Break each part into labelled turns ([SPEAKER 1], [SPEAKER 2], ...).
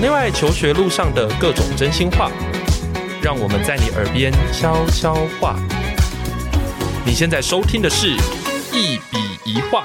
[SPEAKER 1] 内外求学路上的各种真心话，让我们在你耳边悄悄话。你现在收听的是《一笔一画》。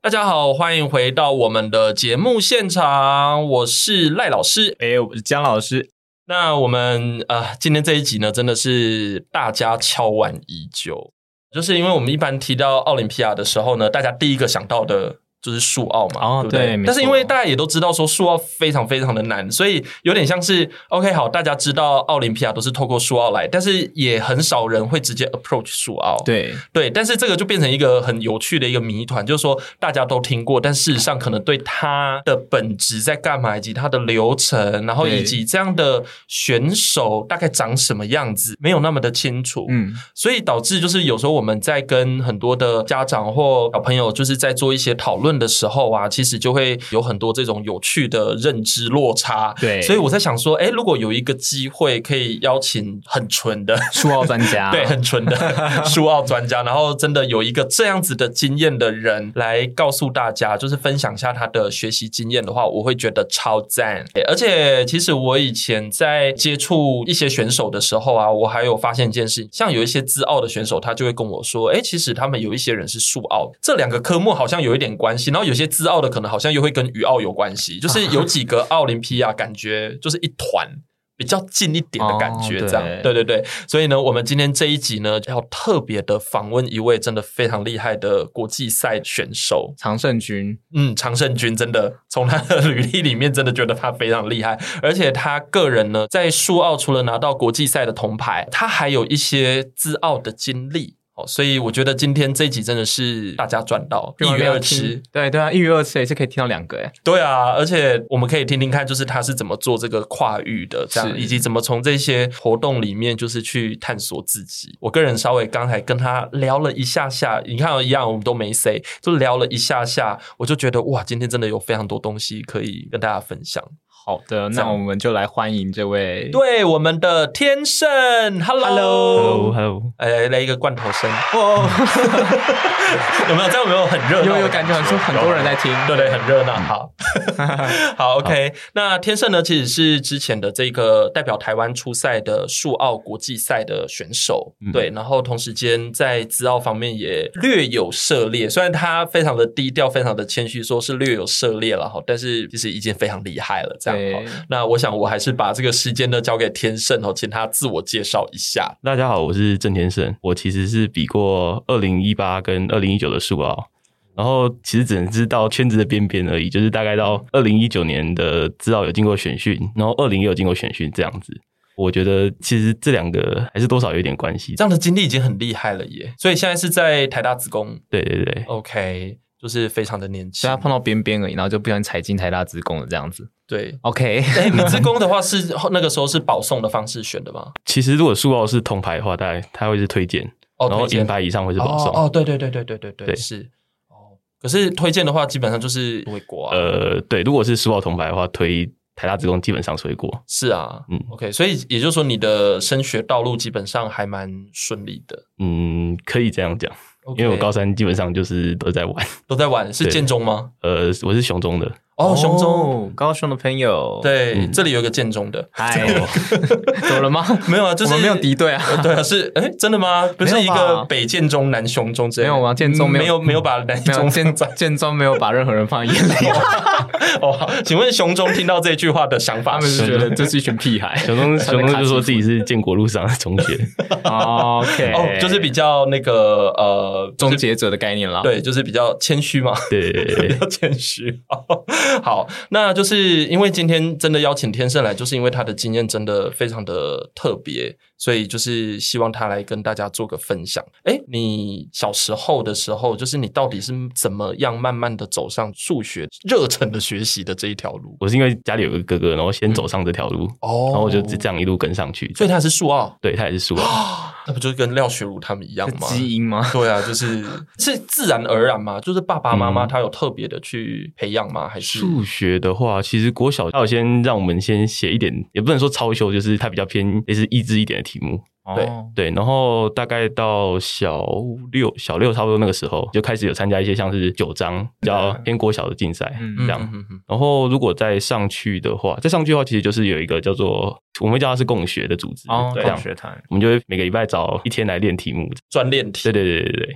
[SPEAKER 1] 大家好，欢迎回到我们的节目现场，我是赖老师。
[SPEAKER 2] 哎、我是姜老师，
[SPEAKER 1] 那我们呃，今天这一集呢，真的是大家敲碗已久，就是因为我们一般提到奥林匹亚的时候呢，大家第一个想到的就是数奥嘛，
[SPEAKER 2] 哦
[SPEAKER 1] 对不对？
[SPEAKER 2] 对没错
[SPEAKER 1] 但是因为大家也都知道说数奥非常非常的难，所以有点像是 OK 好，大家知道奥林匹亚都是透过数奥来，但是也很少人会直接 approach 数奥，
[SPEAKER 2] 对
[SPEAKER 1] 对，但是这个就变成一个很有趣的一个谜团，就是说大家都听过，但事实上可能对它的本质在干嘛，以及它的流程，然后
[SPEAKER 2] 对
[SPEAKER 1] 以及这样的选手大概长什么样子，没有那么的清楚。
[SPEAKER 2] 嗯，
[SPEAKER 1] 所以导致就是有时候我们在跟很多的家长或小朋友就是在做一些讨论的时候啊，其实就会有很多这种有趣的认知落差。
[SPEAKER 2] 对
[SPEAKER 1] 所以我在想说，哎，如果有一个机会可以邀请很纯的。
[SPEAKER 2] 数奥专 家，
[SPEAKER 1] 对，很纯的数奥专家，然后真的有一个这样子的经验的人来告诉大家，就是分享一下他的学习经验的话，我会觉得超赞。诶而且，其实我以前在接触一些选手的时候啊，我还有发现一件事，像有一些自奥的选手，他就会跟我说，哎，其实他们有一些人是数奥，这两个科目好像有一点关系，然后有些自奥的可能好像又会跟羽奥有关系，就是有几个奥林匹亚感觉就是一团。比较近一点的感觉，
[SPEAKER 2] 哦
[SPEAKER 1] 这样、
[SPEAKER 2] 对
[SPEAKER 1] 对对对，所以呢，我们今天这一集呢，要特别的访问一位真的非常厉害的国际赛选手，
[SPEAKER 2] 常胜军，
[SPEAKER 1] 嗯，常胜军真的从他的履历里面真的觉得他非常厉害，而且他个人呢，在数奥除了拿到国际赛的铜牌，他还有一些自奥的经历。哦，所以我觉得今天这一集真的是大家赚到 一
[SPEAKER 2] 居然
[SPEAKER 1] 鱼
[SPEAKER 2] 没有
[SPEAKER 1] 二
[SPEAKER 2] 听
[SPEAKER 1] 吃，，
[SPEAKER 2] 对对啊，一鱼二吃也是可以听到两个哎，
[SPEAKER 1] 对啊，而且我们可以听听看，就是他是怎么做这个跨域的，这样
[SPEAKER 2] 是
[SPEAKER 1] 以及怎么从这些活动里面就是去探索自己。我个人稍微刚才跟他聊了一下下，你看哦一样我们都没 say，就聊了一下下，我就觉得哇，今天真的有非常多东西可以跟大家分享。
[SPEAKER 2] 好的，
[SPEAKER 1] 这样
[SPEAKER 2] 那我们就来欢迎这位，
[SPEAKER 1] 对，我们的天圣，Hello，
[SPEAKER 3] Hello Hello，
[SPEAKER 1] 哎，来一个罐头声，
[SPEAKER 2] 哦，
[SPEAKER 1] 有没有？这样有没有很热闹？
[SPEAKER 2] 有有感觉，很很多人在听，
[SPEAKER 1] 对对，很热闹。好，好，OK 那天胜呢，其实是之前的这个代表台湾出赛的数奥国际赛的选手，
[SPEAKER 3] 嗯
[SPEAKER 1] 对。然后同时间在资奥方面也略有涉猎，虽然他非常的低调，非常的谦虚，说是略有涉猎了哈，但是其实已经非常厉害了。这样
[SPEAKER 2] 对
[SPEAKER 1] 哈，那我想我还是把这个时间呢交给天胜哦，请他自我介绍一下。
[SPEAKER 3] 大家好，我是郑天胜，我其实是比过二零一八跟二零一九的数奥，然后其实只能是到圈子的边边而已，就是大概到二零一九年的资奥有经过选训，然后二零也有经过选训这样子。我觉得其实这两个还是多少有点关系
[SPEAKER 1] 这。样的经历已经很厉害了耶，所以现在是在台大子宫
[SPEAKER 3] 对对对，
[SPEAKER 1] ，OK，就是非常的年
[SPEAKER 2] 所
[SPEAKER 1] 轻
[SPEAKER 2] 以啊他。碰到边边而已，然后就不小心踩进台大职工了这样子
[SPEAKER 1] 对，
[SPEAKER 2] ，OK，
[SPEAKER 1] 哎、米之宫的话是那个时候是保送的方式选的吗？
[SPEAKER 3] 其实如果数奥是铜牌的话，大概它会是推荐，
[SPEAKER 1] 哦，
[SPEAKER 3] 然后
[SPEAKER 1] 推荐
[SPEAKER 3] 银牌以上会是保送。
[SPEAKER 1] 哦哦，对对对对对对对，
[SPEAKER 3] 对
[SPEAKER 1] 是哦。可是推荐的话，基本上就是不会过啊。
[SPEAKER 3] 呃，对，如果是数奥铜牌的话，推台大职工基本上是会过。
[SPEAKER 1] 是啊，嗯
[SPEAKER 3] 嗯
[SPEAKER 1] ，OK，所以也就是说，你的升学道路基本上还蛮顺利的。
[SPEAKER 3] 嗯，可以这样讲。
[SPEAKER 1] OK
[SPEAKER 3] 因为我高三基本上就是都在玩。
[SPEAKER 1] 都在玩，是
[SPEAKER 3] 对
[SPEAKER 1] 建中吗？
[SPEAKER 3] 呃，我是雄中的，
[SPEAKER 1] 哦，雄中，
[SPEAKER 2] 高雄的朋友，，
[SPEAKER 1] 对，
[SPEAKER 3] 嗯
[SPEAKER 1] 这里有一个建中的，
[SPEAKER 2] 嗨， 怎么了吗？
[SPEAKER 1] 没有啊， 就是
[SPEAKER 2] 我们没有敌对啊，
[SPEAKER 1] 呃 对啊，是哎，真的吗？不是
[SPEAKER 2] 没
[SPEAKER 1] 一
[SPEAKER 2] 有吧
[SPEAKER 1] 个北建中、南雄中之类的，
[SPEAKER 2] 没有啊吗建中没有
[SPEAKER 1] 没
[SPEAKER 2] 嗯
[SPEAKER 1] 有没有把南
[SPEAKER 2] 没有
[SPEAKER 1] 中
[SPEAKER 2] 建
[SPEAKER 1] 放在
[SPEAKER 2] 建中没有把任何人放在 眼里，
[SPEAKER 1] 哦。好请问雄中听到这句话的想
[SPEAKER 2] 他
[SPEAKER 1] 法
[SPEAKER 2] 们
[SPEAKER 1] 是？
[SPEAKER 2] 是觉得这是一群屁孩，
[SPEAKER 3] 雄 中
[SPEAKER 2] 他们卡
[SPEAKER 3] 雄中就说
[SPEAKER 2] 住
[SPEAKER 3] 自己是建国路上的中 学，
[SPEAKER 2] OK，
[SPEAKER 1] 哦，就是比较那个呃，就是
[SPEAKER 2] 终结者的概念啦。，
[SPEAKER 1] 对，就是比较谦虚嘛，
[SPEAKER 3] 对对
[SPEAKER 1] 比
[SPEAKER 3] 对对，
[SPEAKER 1] 较谦虚。好，那就是因为今天真的邀请天胜来，就是因为他的经验真的非常的特别，所以就是希望他来跟大家做个分享。哎，你小时候的时候，就是你到底是怎么样慢慢的走上数学热忱的学习的这一条路？
[SPEAKER 3] 我是因为家里有个哥哥，然后先走上这条路，
[SPEAKER 1] 哦
[SPEAKER 3] 然后我就这，样一路跟上去。
[SPEAKER 1] 所以他是数奥，
[SPEAKER 3] 对他也是数
[SPEAKER 2] 哦
[SPEAKER 3] 奥，
[SPEAKER 1] 那不就跟廖学儒他们一样
[SPEAKER 2] 是
[SPEAKER 1] 吗？
[SPEAKER 2] 基因吗？
[SPEAKER 1] 对啊，就是是自然而然嘛，就是爸爸妈妈
[SPEAKER 3] 嗯
[SPEAKER 1] 他有特别的去培养吗？还是
[SPEAKER 3] 数学的话，其实国小他有先让我们先写一点，也不能说超修，就是他比较偏也是益智一点的题目。
[SPEAKER 1] 对
[SPEAKER 2] 哦
[SPEAKER 3] 对，然后大概到小六、小六差不多那个时候，就开始有参加一些像是九章比较偏国小的竞赛
[SPEAKER 2] 嗯
[SPEAKER 3] 这
[SPEAKER 1] 嗯
[SPEAKER 3] 样。
[SPEAKER 1] 嗯嗯嗯
[SPEAKER 3] 然后如果再上去的话，再上去的话，其实就是有一个叫做我们会叫它是共学的组织，
[SPEAKER 2] 哦，
[SPEAKER 3] 这
[SPEAKER 2] 共
[SPEAKER 3] 样
[SPEAKER 2] 学团
[SPEAKER 3] 我们就会每个礼拜找一天来练题目。
[SPEAKER 1] 专练题
[SPEAKER 3] 对对对对对。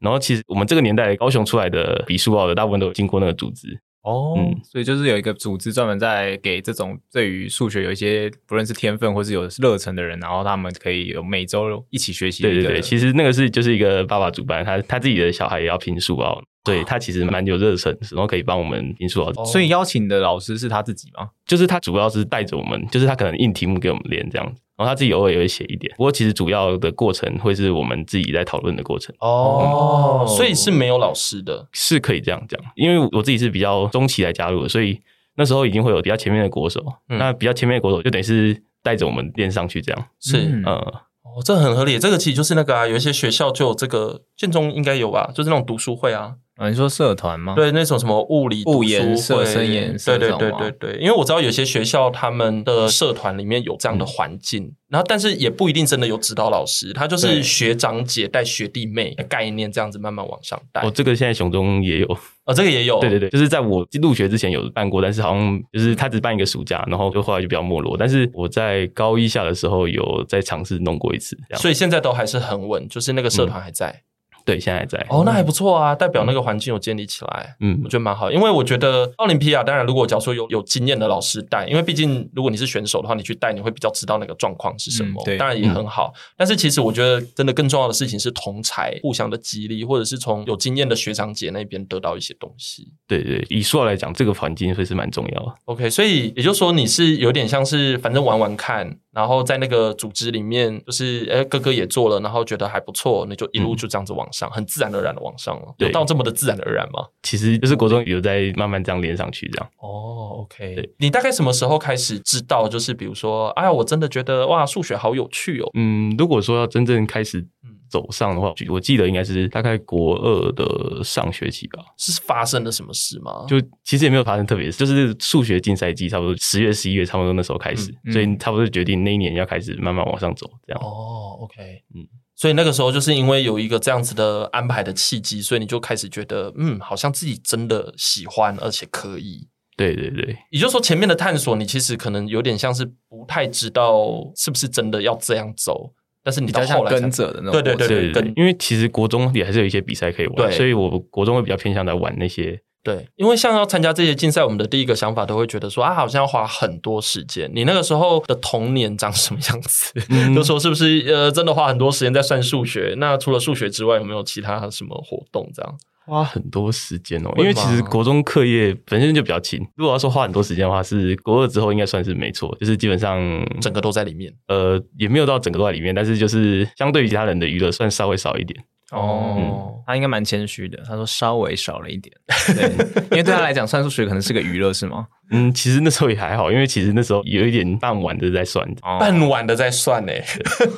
[SPEAKER 3] 然后其实我们这个年代高雄出来的比数奥的大部分都有经过那个组织，
[SPEAKER 2] 哦
[SPEAKER 3] 嗯
[SPEAKER 2] 所以就是有一个组织专门在给这种对于数学有一些不论是天分或是有热忱的人，然后他们可以有每周一起学习的
[SPEAKER 3] 对
[SPEAKER 2] 一
[SPEAKER 3] 对
[SPEAKER 2] 个。
[SPEAKER 3] 对，其实那个是就是一个爸爸主办，他他自己的小孩也要拼数奥，对他其实蛮有热忱，然后可以帮我们拼数奥。
[SPEAKER 1] 哦
[SPEAKER 2] 所以邀请的老师是他自己吗？
[SPEAKER 3] 就是他主要是带着我们，就是他可能印题目给我们练这样子，然后他自己偶尔也会写一点。不过其实主要的过程会是我们自己在讨论的过程，
[SPEAKER 1] 哦，所以是没有老师的
[SPEAKER 3] 是可以这样讲。因为我自己是比较中期来加入的，所以那时候已经会有比较前面的国手，
[SPEAKER 1] 嗯
[SPEAKER 3] 那比较前面的国手就等于是带着我们练上去这样。
[SPEAKER 1] 是
[SPEAKER 2] 嗯
[SPEAKER 3] 呃，
[SPEAKER 1] 哦，这很合理。这个其实就是那个啊，有一些学校就有这个，建中应该有吧，就是那种读书会啊，
[SPEAKER 2] 啊，你说社团吗？，
[SPEAKER 1] 对，那种什么物理读
[SPEAKER 2] 物
[SPEAKER 1] 书
[SPEAKER 2] 研社
[SPEAKER 1] 会
[SPEAKER 2] 生研社
[SPEAKER 1] 对对
[SPEAKER 2] 这
[SPEAKER 1] 对
[SPEAKER 2] 种吗
[SPEAKER 1] 对对，因为我知道有些学校他们的社团里面有这样的环境，然后但是也不一定真的有指导老师，他就是
[SPEAKER 2] 对
[SPEAKER 1] 学长姐带学弟妹的概念这样子慢慢往上带。
[SPEAKER 3] 哦，
[SPEAKER 1] 哦，
[SPEAKER 3] 这个现在熊中也有，
[SPEAKER 1] 这个也有，
[SPEAKER 3] 对对对，就是在我入学之前有办过，但是好像就是他只办一个暑假，然后就后来就比较没落。但是我在高一下的时候有在尝试弄过一次，这样嗯
[SPEAKER 1] 所以现在都还是很稳，就是那个社团还在。
[SPEAKER 3] 对，现在还在。
[SPEAKER 1] 哦，那还不错啊，代表那个环境有建立起来。
[SPEAKER 3] 嗯
[SPEAKER 1] 我觉得蛮好，因为我觉得奥林匹亚，当然如果假如说有有经验的老师带，因为毕竟如果你是选手的话，你去带你会比较知道那个状况是什么，
[SPEAKER 2] 嗯对
[SPEAKER 1] 当然也很好。但是其实我觉得真的更重要的事情是同才互相的激励，或者是从有经验的学长姐那边得到一些东西。
[SPEAKER 3] 对对，以数来讲，这个环境会是蛮重要的。
[SPEAKER 1] OK，所以也就是说你是有点像是反正玩玩看，然后在那个组织里面，就是哎哥哥也做了，然后觉得还不错，你就一路就这样子往上，很自然而然的往上了，有
[SPEAKER 3] 对
[SPEAKER 1] 到这么的自然而然吗？
[SPEAKER 3] 其实就是国中有在慢慢这样连上去，这样。
[SPEAKER 1] 哦，OK，
[SPEAKER 3] 对
[SPEAKER 1] 你大概什么时候开始知道？就是比如说，哎呀，我真的觉得哇，数学好有趣哦。
[SPEAKER 3] 嗯，如果说要真正开始
[SPEAKER 1] 嗯
[SPEAKER 3] 走上的话，我记得应该是大概国二的上学期吧。
[SPEAKER 1] 是发生了什么事吗？
[SPEAKER 3] 就其实也没有发生特别的事，就是数学竞赛季差不多十月、十一月差不多那时候开始，
[SPEAKER 2] 嗯嗯
[SPEAKER 3] 所以差不多就决定那一年要开始慢慢往上走，这样。
[SPEAKER 1] 哦，OK，嗯
[SPEAKER 3] 嗯，
[SPEAKER 1] 所以那个时候就是因为有一个这样子的安排的契机，所以你就开始觉得，嗯，好像自己真的喜欢，而且可以。
[SPEAKER 3] 对对对，
[SPEAKER 1] 也就是说，前面的探索，你其实可能有点像是不太知道是不是真的要这样走，但是你
[SPEAKER 2] 比
[SPEAKER 1] 到
[SPEAKER 2] 较像
[SPEAKER 1] 后来才
[SPEAKER 2] 跟着的那种
[SPEAKER 1] 对对
[SPEAKER 2] 过程。
[SPEAKER 3] 对对
[SPEAKER 1] 跟
[SPEAKER 3] 对，因为其实国中也还是有一些比赛可以
[SPEAKER 1] 对
[SPEAKER 3] 玩，所以我国中会比较偏向在玩那些。
[SPEAKER 1] 对，因为像要参加这些竞赛，我们的第一个想法都会觉得说啊，好像要花很多时间。你那个时候的童年长什么样子？
[SPEAKER 3] 嗯
[SPEAKER 1] 就说是不是呃，真的花很多时间在算数学？那除了数学之外，有没有其他什么活动这样？
[SPEAKER 3] 花很多时间
[SPEAKER 1] 会
[SPEAKER 3] 哦，
[SPEAKER 1] 吗
[SPEAKER 3] 因为其实国中课业本身就比较轻。如果要说花很多时间的话，是国二之后应该算是没错，就是基本上
[SPEAKER 1] 整个都在里面。
[SPEAKER 3] 呃也没有到整个都在里面，但是就是相对于其他人的娱乐算稍微少一点。
[SPEAKER 1] 哦
[SPEAKER 2] 他应该蛮谦虚的，他说稍微少了一点，对，因为对他来讲，算数学可能是个娱乐，是吗？
[SPEAKER 3] 嗯，其实那时候也还好，因为其实那时候有一点半晚的在算，
[SPEAKER 2] 哦，
[SPEAKER 1] 半晚的在算呢、欸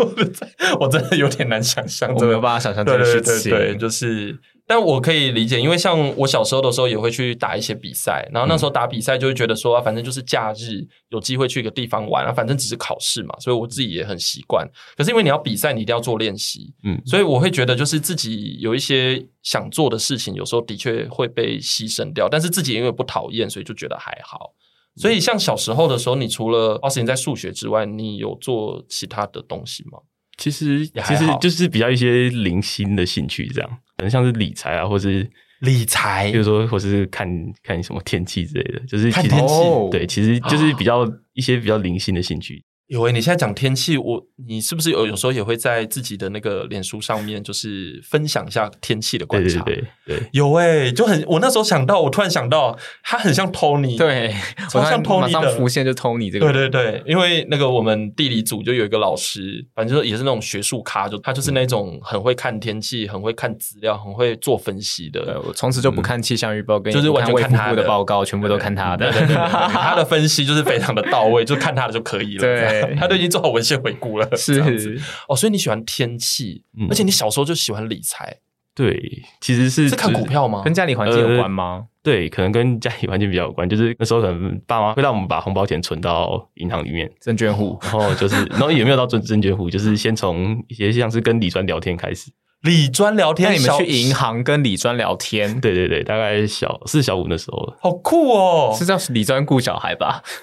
[SPEAKER 1] 我真的有点难想象，
[SPEAKER 2] 我
[SPEAKER 1] 真
[SPEAKER 2] 没
[SPEAKER 1] 的
[SPEAKER 2] 有办法想象
[SPEAKER 1] 对
[SPEAKER 2] 这个
[SPEAKER 1] 对
[SPEAKER 2] 事
[SPEAKER 1] 对
[SPEAKER 2] 情。
[SPEAKER 1] 对，就是，但我可以理解，因为像我小时候的时候也会去打一些比赛，然后那时候打比赛就会觉得说，啊、反正就是假日有机会去一个地方玩啊，反正只是考试嘛，所以我自己也很习惯。可是因为你要比赛，你一定要做练习，
[SPEAKER 3] 嗯，
[SPEAKER 1] 所以我会觉得就是自己有一些想做的事情，有时候的确会被牺牲掉，但是自己因为不讨厌，所以就觉得还好。所以，像小时候的时候，你除了花时间在数学之外，你有做其他的东西吗？
[SPEAKER 3] 其实
[SPEAKER 1] 也
[SPEAKER 3] 其
[SPEAKER 1] 还
[SPEAKER 3] 实
[SPEAKER 1] 好
[SPEAKER 3] 就是比较一些零星的兴趣这样，可能像是理财啊，或是
[SPEAKER 1] 理财
[SPEAKER 3] 比如说或是看看什么天气之类的，就是
[SPEAKER 1] 看
[SPEAKER 3] 其实
[SPEAKER 1] 天气啊
[SPEAKER 2] 哦
[SPEAKER 3] 对，其实就是比较一些比较零星的兴趣。
[SPEAKER 1] 有欸诶、你现在讲天气，我你是不是有有时候也会在自己的那个脸书上面，就是分享一下天气的
[SPEAKER 3] 对
[SPEAKER 1] 观
[SPEAKER 3] 对
[SPEAKER 1] 察？
[SPEAKER 3] 对对，
[SPEAKER 1] 有诶、就很我那时候想到，我突然想到，他很像 Tony，
[SPEAKER 2] 对，
[SPEAKER 1] 超
[SPEAKER 2] 我
[SPEAKER 1] 像 Tony
[SPEAKER 2] 刚马上
[SPEAKER 1] 的
[SPEAKER 2] 浮现就 Tony 这个
[SPEAKER 1] 对
[SPEAKER 2] 人，
[SPEAKER 1] 对对，因为那个我们地理组就有一个老师，反正就是也是那种学术咖，就他就是那种很会看天气、很会看资料、很会做分析的，
[SPEAKER 2] 对，我从此就不看气象预报，跟
[SPEAKER 1] 嗯就是
[SPEAKER 2] 也不
[SPEAKER 1] 完全
[SPEAKER 2] 卫
[SPEAKER 1] 看
[SPEAKER 2] 福
[SPEAKER 1] 他
[SPEAKER 2] 部
[SPEAKER 1] 的
[SPEAKER 2] 的报告，全部都看他 的。
[SPEAKER 1] 对对对他的分析就是非常的到位，就看他的就可以了。
[SPEAKER 2] 对
[SPEAKER 1] 这样他都已经做好文献回顾了。这样子
[SPEAKER 2] 是，
[SPEAKER 1] 哦，所以你喜欢天气，
[SPEAKER 3] 嗯
[SPEAKER 1] 而且你小时候就喜欢理财。
[SPEAKER 3] 对，其实是
[SPEAKER 1] 是看股，票吗？
[SPEAKER 2] 跟家里环境有关
[SPEAKER 1] 呃
[SPEAKER 2] 吗？
[SPEAKER 3] 对，可能跟家里环境比较有关。就是那时候可能爸妈会让我们把红包钱存到银行里面，
[SPEAKER 2] 证券
[SPEAKER 1] 哦
[SPEAKER 2] 户
[SPEAKER 3] 然后哦就是， 然后也没有到证证券户，就是先从一些像是跟李专聊天开始。
[SPEAKER 1] 理专聊
[SPEAKER 2] 那
[SPEAKER 1] 天，
[SPEAKER 2] 你们
[SPEAKER 1] 小
[SPEAKER 2] 去银行跟李专聊天，
[SPEAKER 3] 对对对，大概小四小五那时候了。
[SPEAKER 1] 好酷哦
[SPEAKER 2] 是！叫李专雇小孩吧？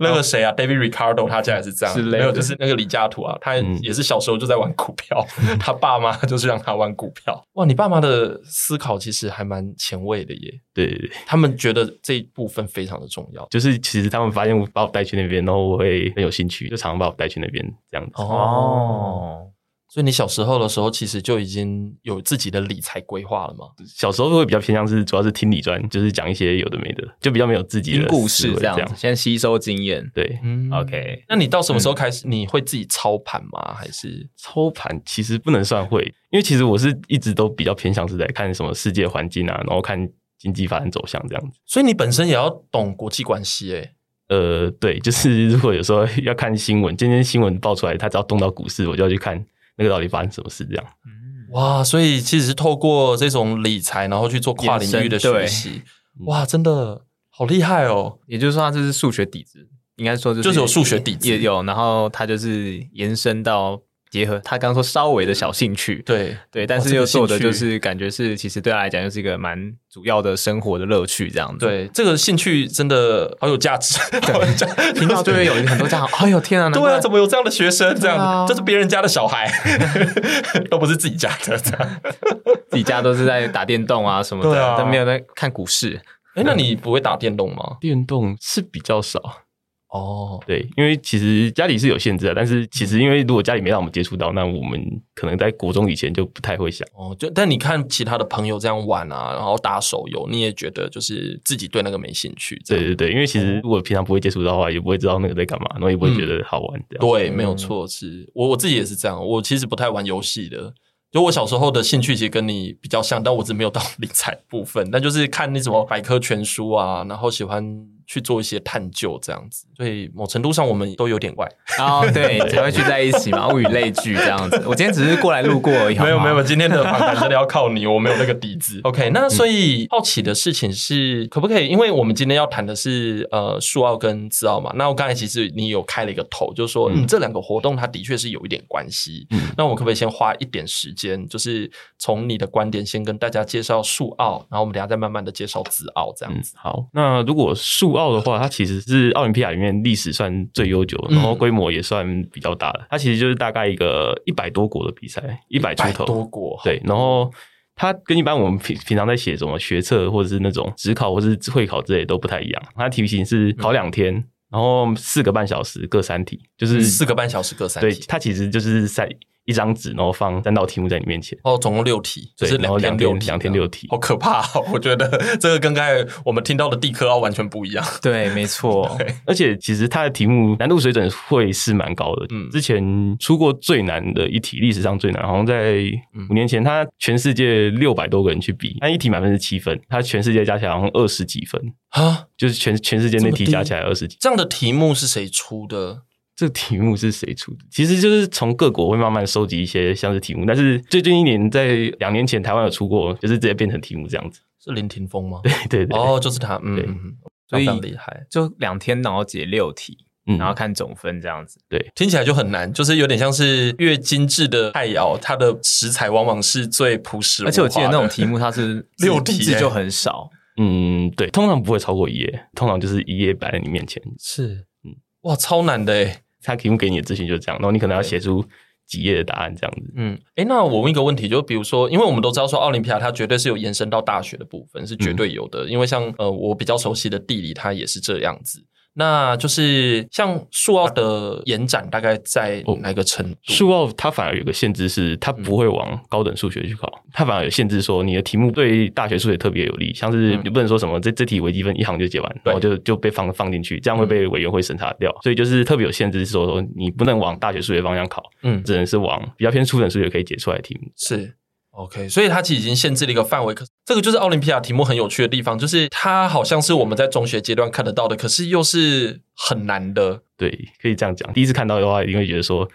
[SPEAKER 1] 那个谁啊，David Ricardo 他家也是这样，
[SPEAKER 2] 之类的
[SPEAKER 1] 没有就是那个李嘉图啊，他
[SPEAKER 3] 嗯
[SPEAKER 1] 也是小时候就在玩股票，他爸妈就是让他玩股票。哇，你爸妈的思考其实还蛮前卫的耶，
[SPEAKER 3] 对对对，
[SPEAKER 1] 他们觉得这一部分非常的重要。
[SPEAKER 3] 就是其实他们发现我把我带去那边，然后我会很有兴趣，就常常把我带去那边这样子。
[SPEAKER 1] 哦，，所以你小时候的时候，其实就已经有自己的理财规划了吗？
[SPEAKER 3] 小时候会比较偏向是主要是听李专，就是讲一些有的没的，就比较没有自己
[SPEAKER 2] 听
[SPEAKER 3] 的
[SPEAKER 2] 故
[SPEAKER 3] 思
[SPEAKER 2] 事
[SPEAKER 3] 维
[SPEAKER 2] 这
[SPEAKER 3] 这
[SPEAKER 2] 样子，先吸收经验。
[SPEAKER 3] 对，
[SPEAKER 1] 嗯
[SPEAKER 2] OK
[SPEAKER 1] 那你到什么时候开始？你会自己操盘吗？还是
[SPEAKER 3] 抽盘其实不能算会，因为其实我是一直都比较偏向是在看什么世界环境啊，然后看经济发展走向这样子。
[SPEAKER 1] 所以你本身也要懂国际关系诶、
[SPEAKER 3] 呃，对，就是如果有时候要看新闻，今天新闻爆出来，它只要动到股市，我就要去看那个到底发生什么事这样。
[SPEAKER 1] 哇，所以其实是透过这种理财，然后去做跨领域的学习，哇，真的好厉害哦！
[SPEAKER 2] 也就是说，他这是数学底子，应该说就是
[SPEAKER 1] 就是有数学底子
[SPEAKER 2] 也有。然后他就是延伸到结合他刚刚说稍微的小兴趣，
[SPEAKER 1] 对，
[SPEAKER 2] 对，但
[SPEAKER 1] 这
[SPEAKER 2] 是
[SPEAKER 1] 个
[SPEAKER 2] 又做的
[SPEAKER 1] 兴趣
[SPEAKER 2] 就是感觉是其实对他来讲又是一个蛮主要的生活的乐趣这样子。，
[SPEAKER 1] 对，这个兴趣真的好有价 值，好有价值
[SPEAKER 2] 听到对面有很多 家长，哎呦天啊，难
[SPEAKER 1] 对啊，
[SPEAKER 2] 怪
[SPEAKER 1] 怎么有这样的学生？这样子，
[SPEAKER 2] 对啊
[SPEAKER 1] 这是别人家的小孩， 都不是自己家的。这 样，
[SPEAKER 2] 自己家都是在打电动啊什么的，
[SPEAKER 1] 对啊
[SPEAKER 2] 但没有在看股市。
[SPEAKER 1] 哎、那你不会打电动吗？
[SPEAKER 3] 电动是比较少，
[SPEAKER 1] 哦，
[SPEAKER 3] 对，因为其实家里是有限制的，啊但是其实因为如果家里没让我们接触到，那我们可能在国中以前就不太会想。
[SPEAKER 1] 哦，就但你看其他的朋友这样玩啊，然后打手游，你也觉得就是自己对那个没兴趣，这
[SPEAKER 3] 对
[SPEAKER 1] 样
[SPEAKER 3] 对对，因为其实如果平常不会接触到的话，也不会知道那个在干嘛，然后也不会觉得好玩这样。嗯
[SPEAKER 1] 对，没有错，是我我自己也是这样，我其实不太玩游戏的。就我小时候的兴趣其实跟你比较像，但我只没有到理财部分，但就是看那什么百科全书啊，然后喜欢去做一些探究这样子，所以某程度上我们都有点怪。
[SPEAKER 2] 哦，对，才会聚在一起嘛，物以类聚这样子。我今天只是过来路过而已，好吗
[SPEAKER 1] 没有没有，，今天的访谈真的要靠你，我没有那个底 子。OK，那
[SPEAKER 3] 嗯
[SPEAKER 1] 所以好奇的事情是，可不可以？因为我们今天要谈的是呃数奥跟自奥嘛，那我刚才其实你有开了一个头，就是说嗯这两个活动它的确是有一点关系。
[SPEAKER 3] 嗯
[SPEAKER 1] 那我可不可以先花一点时间，就是从你的观点先跟大家介绍数奥，然后我们等一下再慢慢的介绍自奥这样
[SPEAKER 3] 嗯
[SPEAKER 1] 子。，
[SPEAKER 3] 好。那如果数奥的话，它其实是奥林匹亚里面历史算最悠久，然后规模也算比较大的。它其实就是大概一个一百多国的比赛，一百出
[SPEAKER 1] 百
[SPEAKER 3] 头
[SPEAKER 1] 多。国，
[SPEAKER 3] 对，然后它跟一般我们平平常在写什么学测或者是那种职考或是会考之类的都不太一样。它题型
[SPEAKER 1] 嗯
[SPEAKER 3] 是考两天，然后四个半小时各三题，就是
[SPEAKER 1] 四个半小时各三
[SPEAKER 3] 嗯对，
[SPEAKER 1] 题，
[SPEAKER 3] 它其实就是在一张纸，然后放三道题目在你面前。
[SPEAKER 1] 哦，总共六题，就
[SPEAKER 3] 对
[SPEAKER 1] 是
[SPEAKER 3] 然后
[SPEAKER 1] 天
[SPEAKER 3] 两天
[SPEAKER 1] 六题，
[SPEAKER 3] 两天六题
[SPEAKER 1] 好可怕、哦！我觉得这个跟刚才我们听到的地科奥完全不一样。
[SPEAKER 2] 对，没错，
[SPEAKER 3] 而且其实它的题目难度水准会是蛮高的。
[SPEAKER 1] 嗯
[SPEAKER 3] 之前出过最难的一题，历史上最难，好像在
[SPEAKER 1] 嗯
[SPEAKER 3] 五年前，它全世界六百多个人去比，它一题满分是七分，它全世界加起来好像二十几分，
[SPEAKER 1] 啊，
[SPEAKER 3] 就是全全世界那
[SPEAKER 1] 这么低
[SPEAKER 3] 题加起来二十几。
[SPEAKER 1] 这样的题目是谁出的？
[SPEAKER 3] 这个题目是谁出的？其实就是从各国会慢慢收集一些像是题目，但是最近一年在两年前台湾有出过，就是直接变成题目这 样子。
[SPEAKER 1] 是林霆锋吗？
[SPEAKER 3] 对对对，
[SPEAKER 1] 哦，就是他，嗯
[SPEAKER 3] 对
[SPEAKER 1] 嗯，嗯
[SPEAKER 2] 所以
[SPEAKER 1] 非常厉害，
[SPEAKER 2] 就两天，然后解六题，
[SPEAKER 3] 嗯
[SPEAKER 2] 然后看总分这样子。
[SPEAKER 1] 听起来就很难，就是有点像是越精致的菜肴，它的食材往往是最朴实无华
[SPEAKER 2] 而
[SPEAKER 1] 的，
[SPEAKER 2] 且我记得那种题目它是 字
[SPEAKER 1] 六题
[SPEAKER 2] 字
[SPEAKER 1] 耶
[SPEAKER 2] 就很 少，
[SPEAKER 3] 嗯，对，通常不会超过一页，通常就是一页摆在你面前，
[SPEAKER 1] 是
[SPEAKER 3] 嗯，
[SPEAKER 1] 哇，超难的欸诶。
[SPEAKER 3] 他题目给你的资讯就是这样，然后你可能要写出几页的答案这样子。
[SPEAKER 1] 嗯，诶，那我问一个问题，就比如说，因为我们都知道说奥林匹亚它绝对是有延伸到大学的部分，是绝对有的。因为像呃，我比较熟悉的地理，它也是这样子。那就是像数奥的延展大概在
[SPEAKER 3] 哦
[SPEAKER 1] 哪个程度？
[SPEAKER 3] 数奥它反而有个限制是，它不会往高等数学去考，它反而有限制说你的题目对大学数学特别有利，像是
[SPEAKER 1] 嗯
[SPEAKER 3] 你不能说什么这这题微积分一行就解完，然后就就被放放进去，这样会被委员会审查掉，所以就是特别有限制，是说说你不能往大学数学方向考，
[SPEAKER 1] 嗯，
[SPEAKER 3] 只能是往比较偏初等数学可以解出来的题目。
[SPEAKER 1] 是 OK，所以它其实已经限制了一个范围。可这个就是奥林匹亚题目很有趣的地方，就是它好像是我们在中学阶段看得到的，可是又是很难的。
[SPEAKER 3] 对，可以这样讲。第一次看到的话，一定会觉得说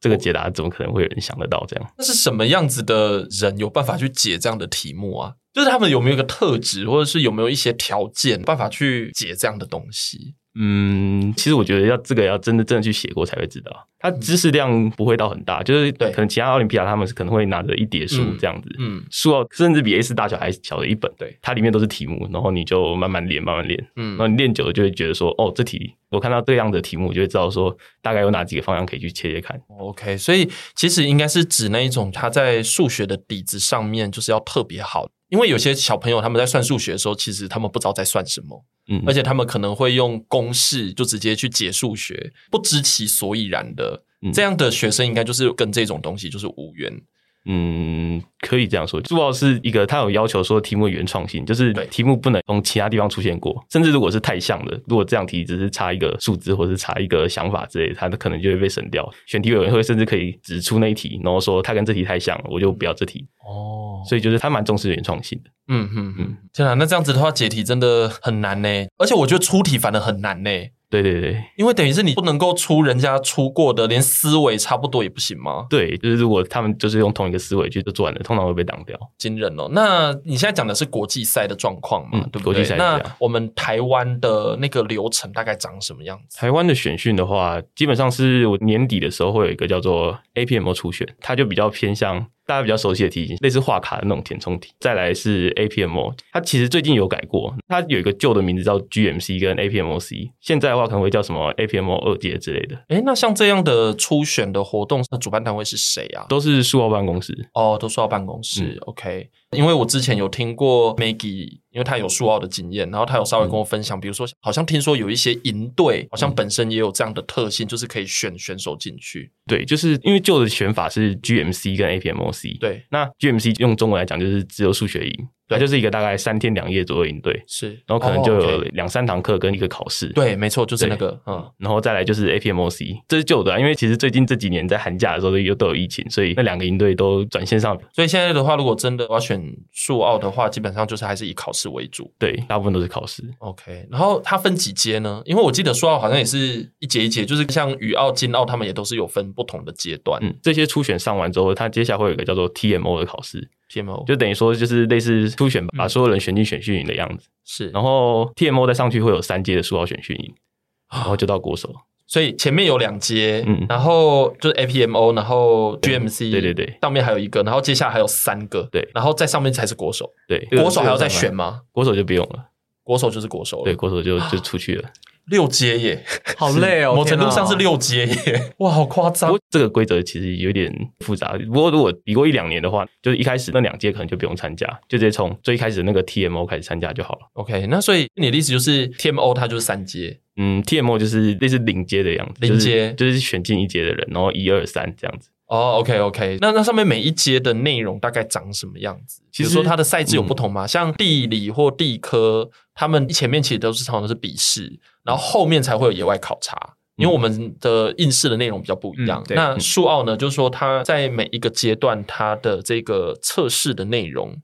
[SPEAKER 3] 这个解答怎么可能会有人想得到？这样
[SPEAKER 1] 那是什么样子的人有办法去解这样的题目啊？就是他们有没有一个特质，或者是有没有一些条件，办法去解这样的东西？
[SPEAKER 3] 嗯，其实我觉得要这个要真的真的去写过才会知道，它知识量不会到很大，就是
[SPEAKER 1] 嗯对
[SPEAKER 3] 可能其他奥林匹亚他们是可能会拿着一叠书这样子，
[SPEAKER 1] 嗯
[SPEAKER 3] 书要甚至比 A 四大小还小的一本，
[SPEAKER 1] 对，
[SPEAKER 3] 它里面都是题目，然后你就慢慢练，慢慢练，然后
[SPEAKER 1] 嗯
[SPEAKER 3] 你练久了就会觉得说，哦，这题我看到这样的题目，我就会知道说大概有哪几个方向可以去切切看。
[SPEAKER 1] ，OK。所以其实应该是指那一种他在数学的底子上面就是要特别好，因为有些小朋友他们在算数学的时候，其实他们不知道在算什么。
[SPEAKER 3] 嗯，
[SPEAKER 1] 而且他们可能会用公式就直接去解数学，不知其所以然的。
[SPEAKER 3] 嗯
[SPEAKER 1] 这样的学生应该就是跟这种东西就是无缘。
[SPEAKER 3] 嗯，可以这样说。珠宝是一个，它有要求说题目原创性，就是
[SPEAKER 1] 对
[SPEAKER 3] 题目不能从其他地方出现过，甚至如果是太像的，如果这样题只是差一个数字或是差一个想法之类的，它可能就会被省掉。选题委员会甚至可以指出那一题，然后说它跟这题太像了，我就不要这题。
[SPEAKER 1] 哦，
[SPEAKER 3] 所以就是它蛮重视原创性的。
[SPEAKER 1] 嗯嗯嗯
[SPEAKER 3] 嗯，
[SPEAKER 1] 天啊，那这样子的话解题真的很难呢，而且我觉得出题反而很难呢，
[SPEAKER 3] 对对对
[SPEAKER 1] 因为等于是你不能够出人家出过的，连思维差不多也不行吗？
[SPEAKER 3] 对，就是如果他们就是用同一个思维去转的，通常会被挡掉。
[SPEAKER 1] 惊人哦！那你现在讲的是国际赛的状况嘛，
[SPEAKER 3] 嗯
[SPEAKER 1] 对不对？
[SPEAKER 3] 国际赛是这样
[SPEAKER 1] 那我们台湾的那个流程大概长什么样子？
[SPEAKER 3] 台湾的选训的话，基本上是我年底的时候会有一个叫做 APMO 初选，它就比较偏向大家比较熟悉的题型，类似画卡的那种填充题。再来是 APMO，它其实最近有改过，它有一个旧的名字叫 GMC 跟 APMOC，现在的话可能会叫什么 APMO 二阶之类的，
[SPEAKER 1] 诶，那像这样的初选的活动，那主办单位是谁啊？
[SPEAKER 3] 都是数奥办公室。
[SPEAKER 1] 哦，都说到办公室、o
[SPEAKER 3] 嗯
[SPEAKER 1] k 因为我之前有听过 Maggie，因为她有数奥的经验，然后她有
[SPEAKER 3] 嗯
[SPEAKER 1] 稍微跟我分享，比如说好像听说有一些营队，好像本身也有这样的特性，就是可以选选手进去。
[SPEAKER 3] 对，就是因为旧的选法是 GMC 跟 APMOC。
[SPEAKER 1] 对，
[SPEAKER 3] 那 GMC 用中文来讲就是自由数学营，
[SPEAKER 1] 对
[SPEAKER 3] 它就是一个大概三天两夜左右营队，
[SPEAKER 1] 是，
[SPEAKER 3] 然后可能就
[SPEAKER 1] 哦
[SPEAKER 3] 有
[SPEAKER 1] ，OK
[SPEAKER 3] 两三堂课跟一个考试。
[SPEAKER 1] 对，没错，就是那
[SPEAKER 3] 对
[SPEAKER 1] 个，嗯，
[SPEAKER 3] 然后再来就是 APMOC，这是旧的、啊，因为其实最近这几年在寒假的时候又都有疫情，所以那两个营队都转线上，
[SPEAKER 1] 所以现在的话，如果真的我要选数奥的话，基本上就是还是以考试为主。
[SPEAKER 3] 对，大部分都是考试。
[SPEAKER 1] OK，然后它分几阶呢？因为我记得数奥好像也是一节一节，就是像羽奥、金奥，他们也都是有分不同的阶段。
[SPEAKER 3] 嗯，这些初选上完之后，它接下来会有一个叫做 TMO 的考试，
[SPEAKER 1] PMO
[SPEAKER 3] 就等于说就是类似初选吧
[SPEAKER 1] 嗯
[SPEAKER 3] 把所有人选进选训营的样子。
[SPEAKER 1] 是，
[SPEAKER 3] 然后 TMO 再上去会有三阶的数奥选训营，然后就到国手。
[SPEAKER 1] 所以前面有两阶，
[SPEAKER 3] 嗯
[SPEAKER 1] 然后就是 APMO，然后 GMC，
[SPEAKER 3] 对对对
[SPEAKER 1] 上面还有一个，然后接下来还有三个，
[SPEAKER 3] 对
[SPEAKER 1] 然后在上面才是国手，
[SPEAKER 3] 对，
[SPEAKER 1] 国手还要再选，吗？
[SPEAKER 3] 国手就不用了，
[SPEAKER 1] 国手就是国手了，
[SPEAKER 3] 对，，国手就就出去了。
[SPEAKER 1] 六阶耶，
[SPEAKER 2] 好累哦，
[SPEAKER 1] 某程度上是
[SPEAKER 2] 天哪
[SPEAKER 1] 六阶耶，哇，好夸
[SPEAKER 3] 不
[SPEAKER 1] 张
[SPEAKER 3] 过这个规则其实有点复杂。不过如果比过一两年的话，就是一开始那两届可能就不用参加，就直接从最一开始的那个 TMO 开始参加就好了。
[SPEAKER 1] ！OK，那所以你的意思就是 TMO 它就是三阶，
[SPEAKER 3] 嗯，TMO 就是类似领阶的样子，
[SPEAKER 1] 领阶
[SPEAKER 3] 就是、就是选进一阶的人，然后一二三这样子。
[SPEAKER 1] 哦，OK OK，那那上面每一阶的内容大概长什么样子？
[SPEAKER 3] 其
[SPEAKER 1] 比如
[SPEAKER 3] 实嗯
[SPEAKER 1] 说它的赛制有不同吗？像地理或地科，他们前面其实都是常常都是笔试，然后后面才会有野外考察。因
[SPEAKER 3] 嗯
[SPEAKER 1] 为我们的应试的内容比较不一样
[SPEAKER 2] 嗯，对
[SPEAKER 1] 那数奥呢，就是说它在每一个阶段，它的这个测试的内容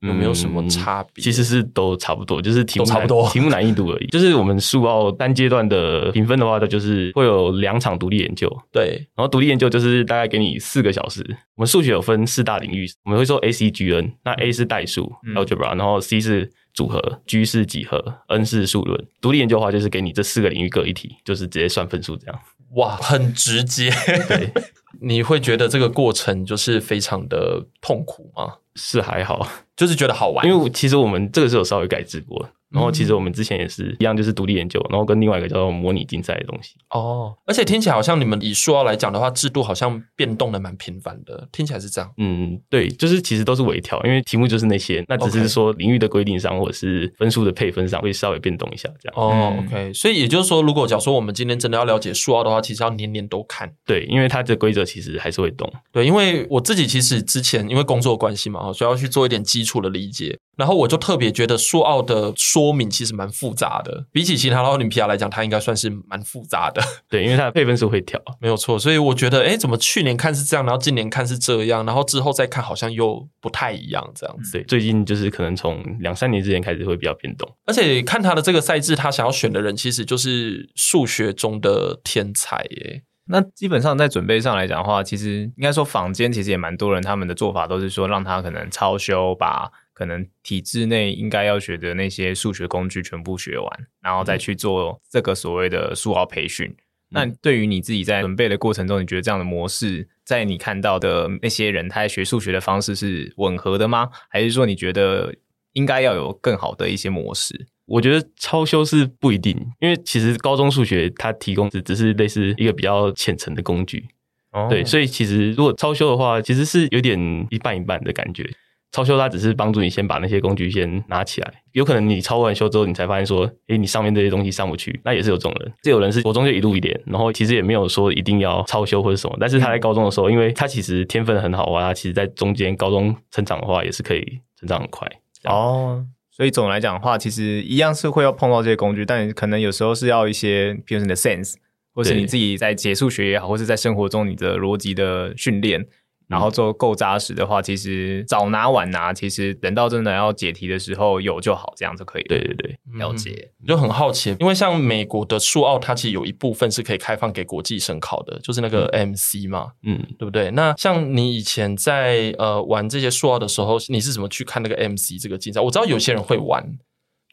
[SPEAKER 1] 有没有什么差别？
[SPEAKER 3] 嗯其实是都差不多，就是题目
[SPEAKER 1] 都差不
[SPEAKER 3] 难
[SPEAKER 1] 多
[SPEAKER 3] 题目难易度而已。就是我们数奥单阶段的评分的话，它就是会有两场独立研究，
[SPEAKER 1] 对，
[SPEAKER 3] 然后独立研究就是大概给你四个小时。我们数学有分四大领域，我们会说 A、C、G、N。那 A 是代数、
[SPEAKER 2] 嗯
[SPEAKER 3] algebra，然后 C 是组合，G 是几何，N 是数论。独立研究的话，就是给你这四个领域各一题，就是直接算分数这样。
[SPEAKER 1] 哇，很直接。
[SPEAKER 3] 对，
[SPEAKER 1] 你会觉得这个过程就是非常的痛苦吗？
[SPEAKER 3] 是还好，
[SPEAKER 1] 就是觉得好玩，
[SPEAKER 3] 因为其实我们这个是有稍微改制过。然后其实我们之前也是一样，就是独立研究，然后跟另外一个叫做模拟竞赛的东西。
[SPEAKER 1] 哦，而且听起来好像你们以数奥来讲的话，制度好像变动的蛮频繁的，听起来是这样。
[SPEAKER 3] 嗯，对，就是其实都是微调，因为题目就是那些，那只
[SPEAKER 1] OK
[SPEAKER 3] 是说领域的规定上或者是分数的配分上会稍微变动一下这样。
[SPEAKER 1] 哦、
[SPEAKER 2] 嗯
[SPEAKER 1] o k 所以也就是说，如果假如说我们今天真的要了解数奥的话，其实要年年都看。
[SPEAKER 3] 对，因为它的规则其实还是会动。
[SPEAKER 1] 对，因为我自己其实之前因为工作关系嘛，哦所以要去做一点基础的理解。然后我就特别觉得数奥的说明其实蛮复杂的，比起其他的奥林匹亚来讲，它应该算是蛮复杂的。
[SPEAKER 3] 对，因为它的配分数会调。
[SPEAKER 1] 没有错，所以我觉得，哎，怎么去年看是这样，然后今年看是这样，然后之后再看好像又不太一样，这样子。
[SPEAKER 3] 对，最近就是可能从两三年之前开始会比较变动。
[SPEAKER 1] 而且看他的这个赛制，他想要选的人其实就是数学中的天才耶。
[SPEAKER 2] 那基本上在准备上来讲的话，其实应该说坊间其实也蛮多人，他们的做法都是说让他可能超修，把可能体制内应该要学的那些数学工具全部学完，然后再去做这个所谓的数奥培训。那对于你自己在准备的过程中，你觉得这样的模式，在你看到的那些人他在学数学的方式是吻合的吗？还是说你觉得应该要有更好的一些模式？
[SPEAKER 3] 我觉得超修是不一定，因为其实高中数学它提供的只是类似一个比较浅层的工具，
[SPEAKER 2] 哦
[SPEAKER 3] 对，所以其实如果超修的话，其实是有点一半一半的感觉。超修它只是帮助你先把那些工具先拿起来，有可能你超完修之后，你才发现说，诶，你上面这些东西上不去，那也是有这种人。这有人是国中就一路一点，然后其实也没有说一定要超修或者什么，但是他在高中的时候，因为他其实天分很好啊，他其实在中间高中成长的话，也是可以成长很快。这样
[SPEAKER 2] 哦，所以总来讲的话，其实一样是会要碰到这些工具，但可能有时候是要一些，比如说你的 sense，或是
[SPEAKER 3] 对
[SPEAKER 2] 你自己在解数学也好，或是在生活中你的逻辑的训练，然后做够扎实的话，其实早拿晚拿，其实等到真的要解题的时候有就好，这样就可以了
[SPEAKER 3] 对对对，
[SPEAKER 2] 了解。
[SPEAKER 1] 就很好奇，因为像美国的数奥，它其实有一部分是可以开放给国际生考的，就是那个 MC 嘛，
[SPEAKER 3] 嗯，
[SPEAKER 1] 对不对？那像你以前在呃玩这些数奥的时候，你是怎么去看那个 MC 这个竞赛？我知道有些人会玩，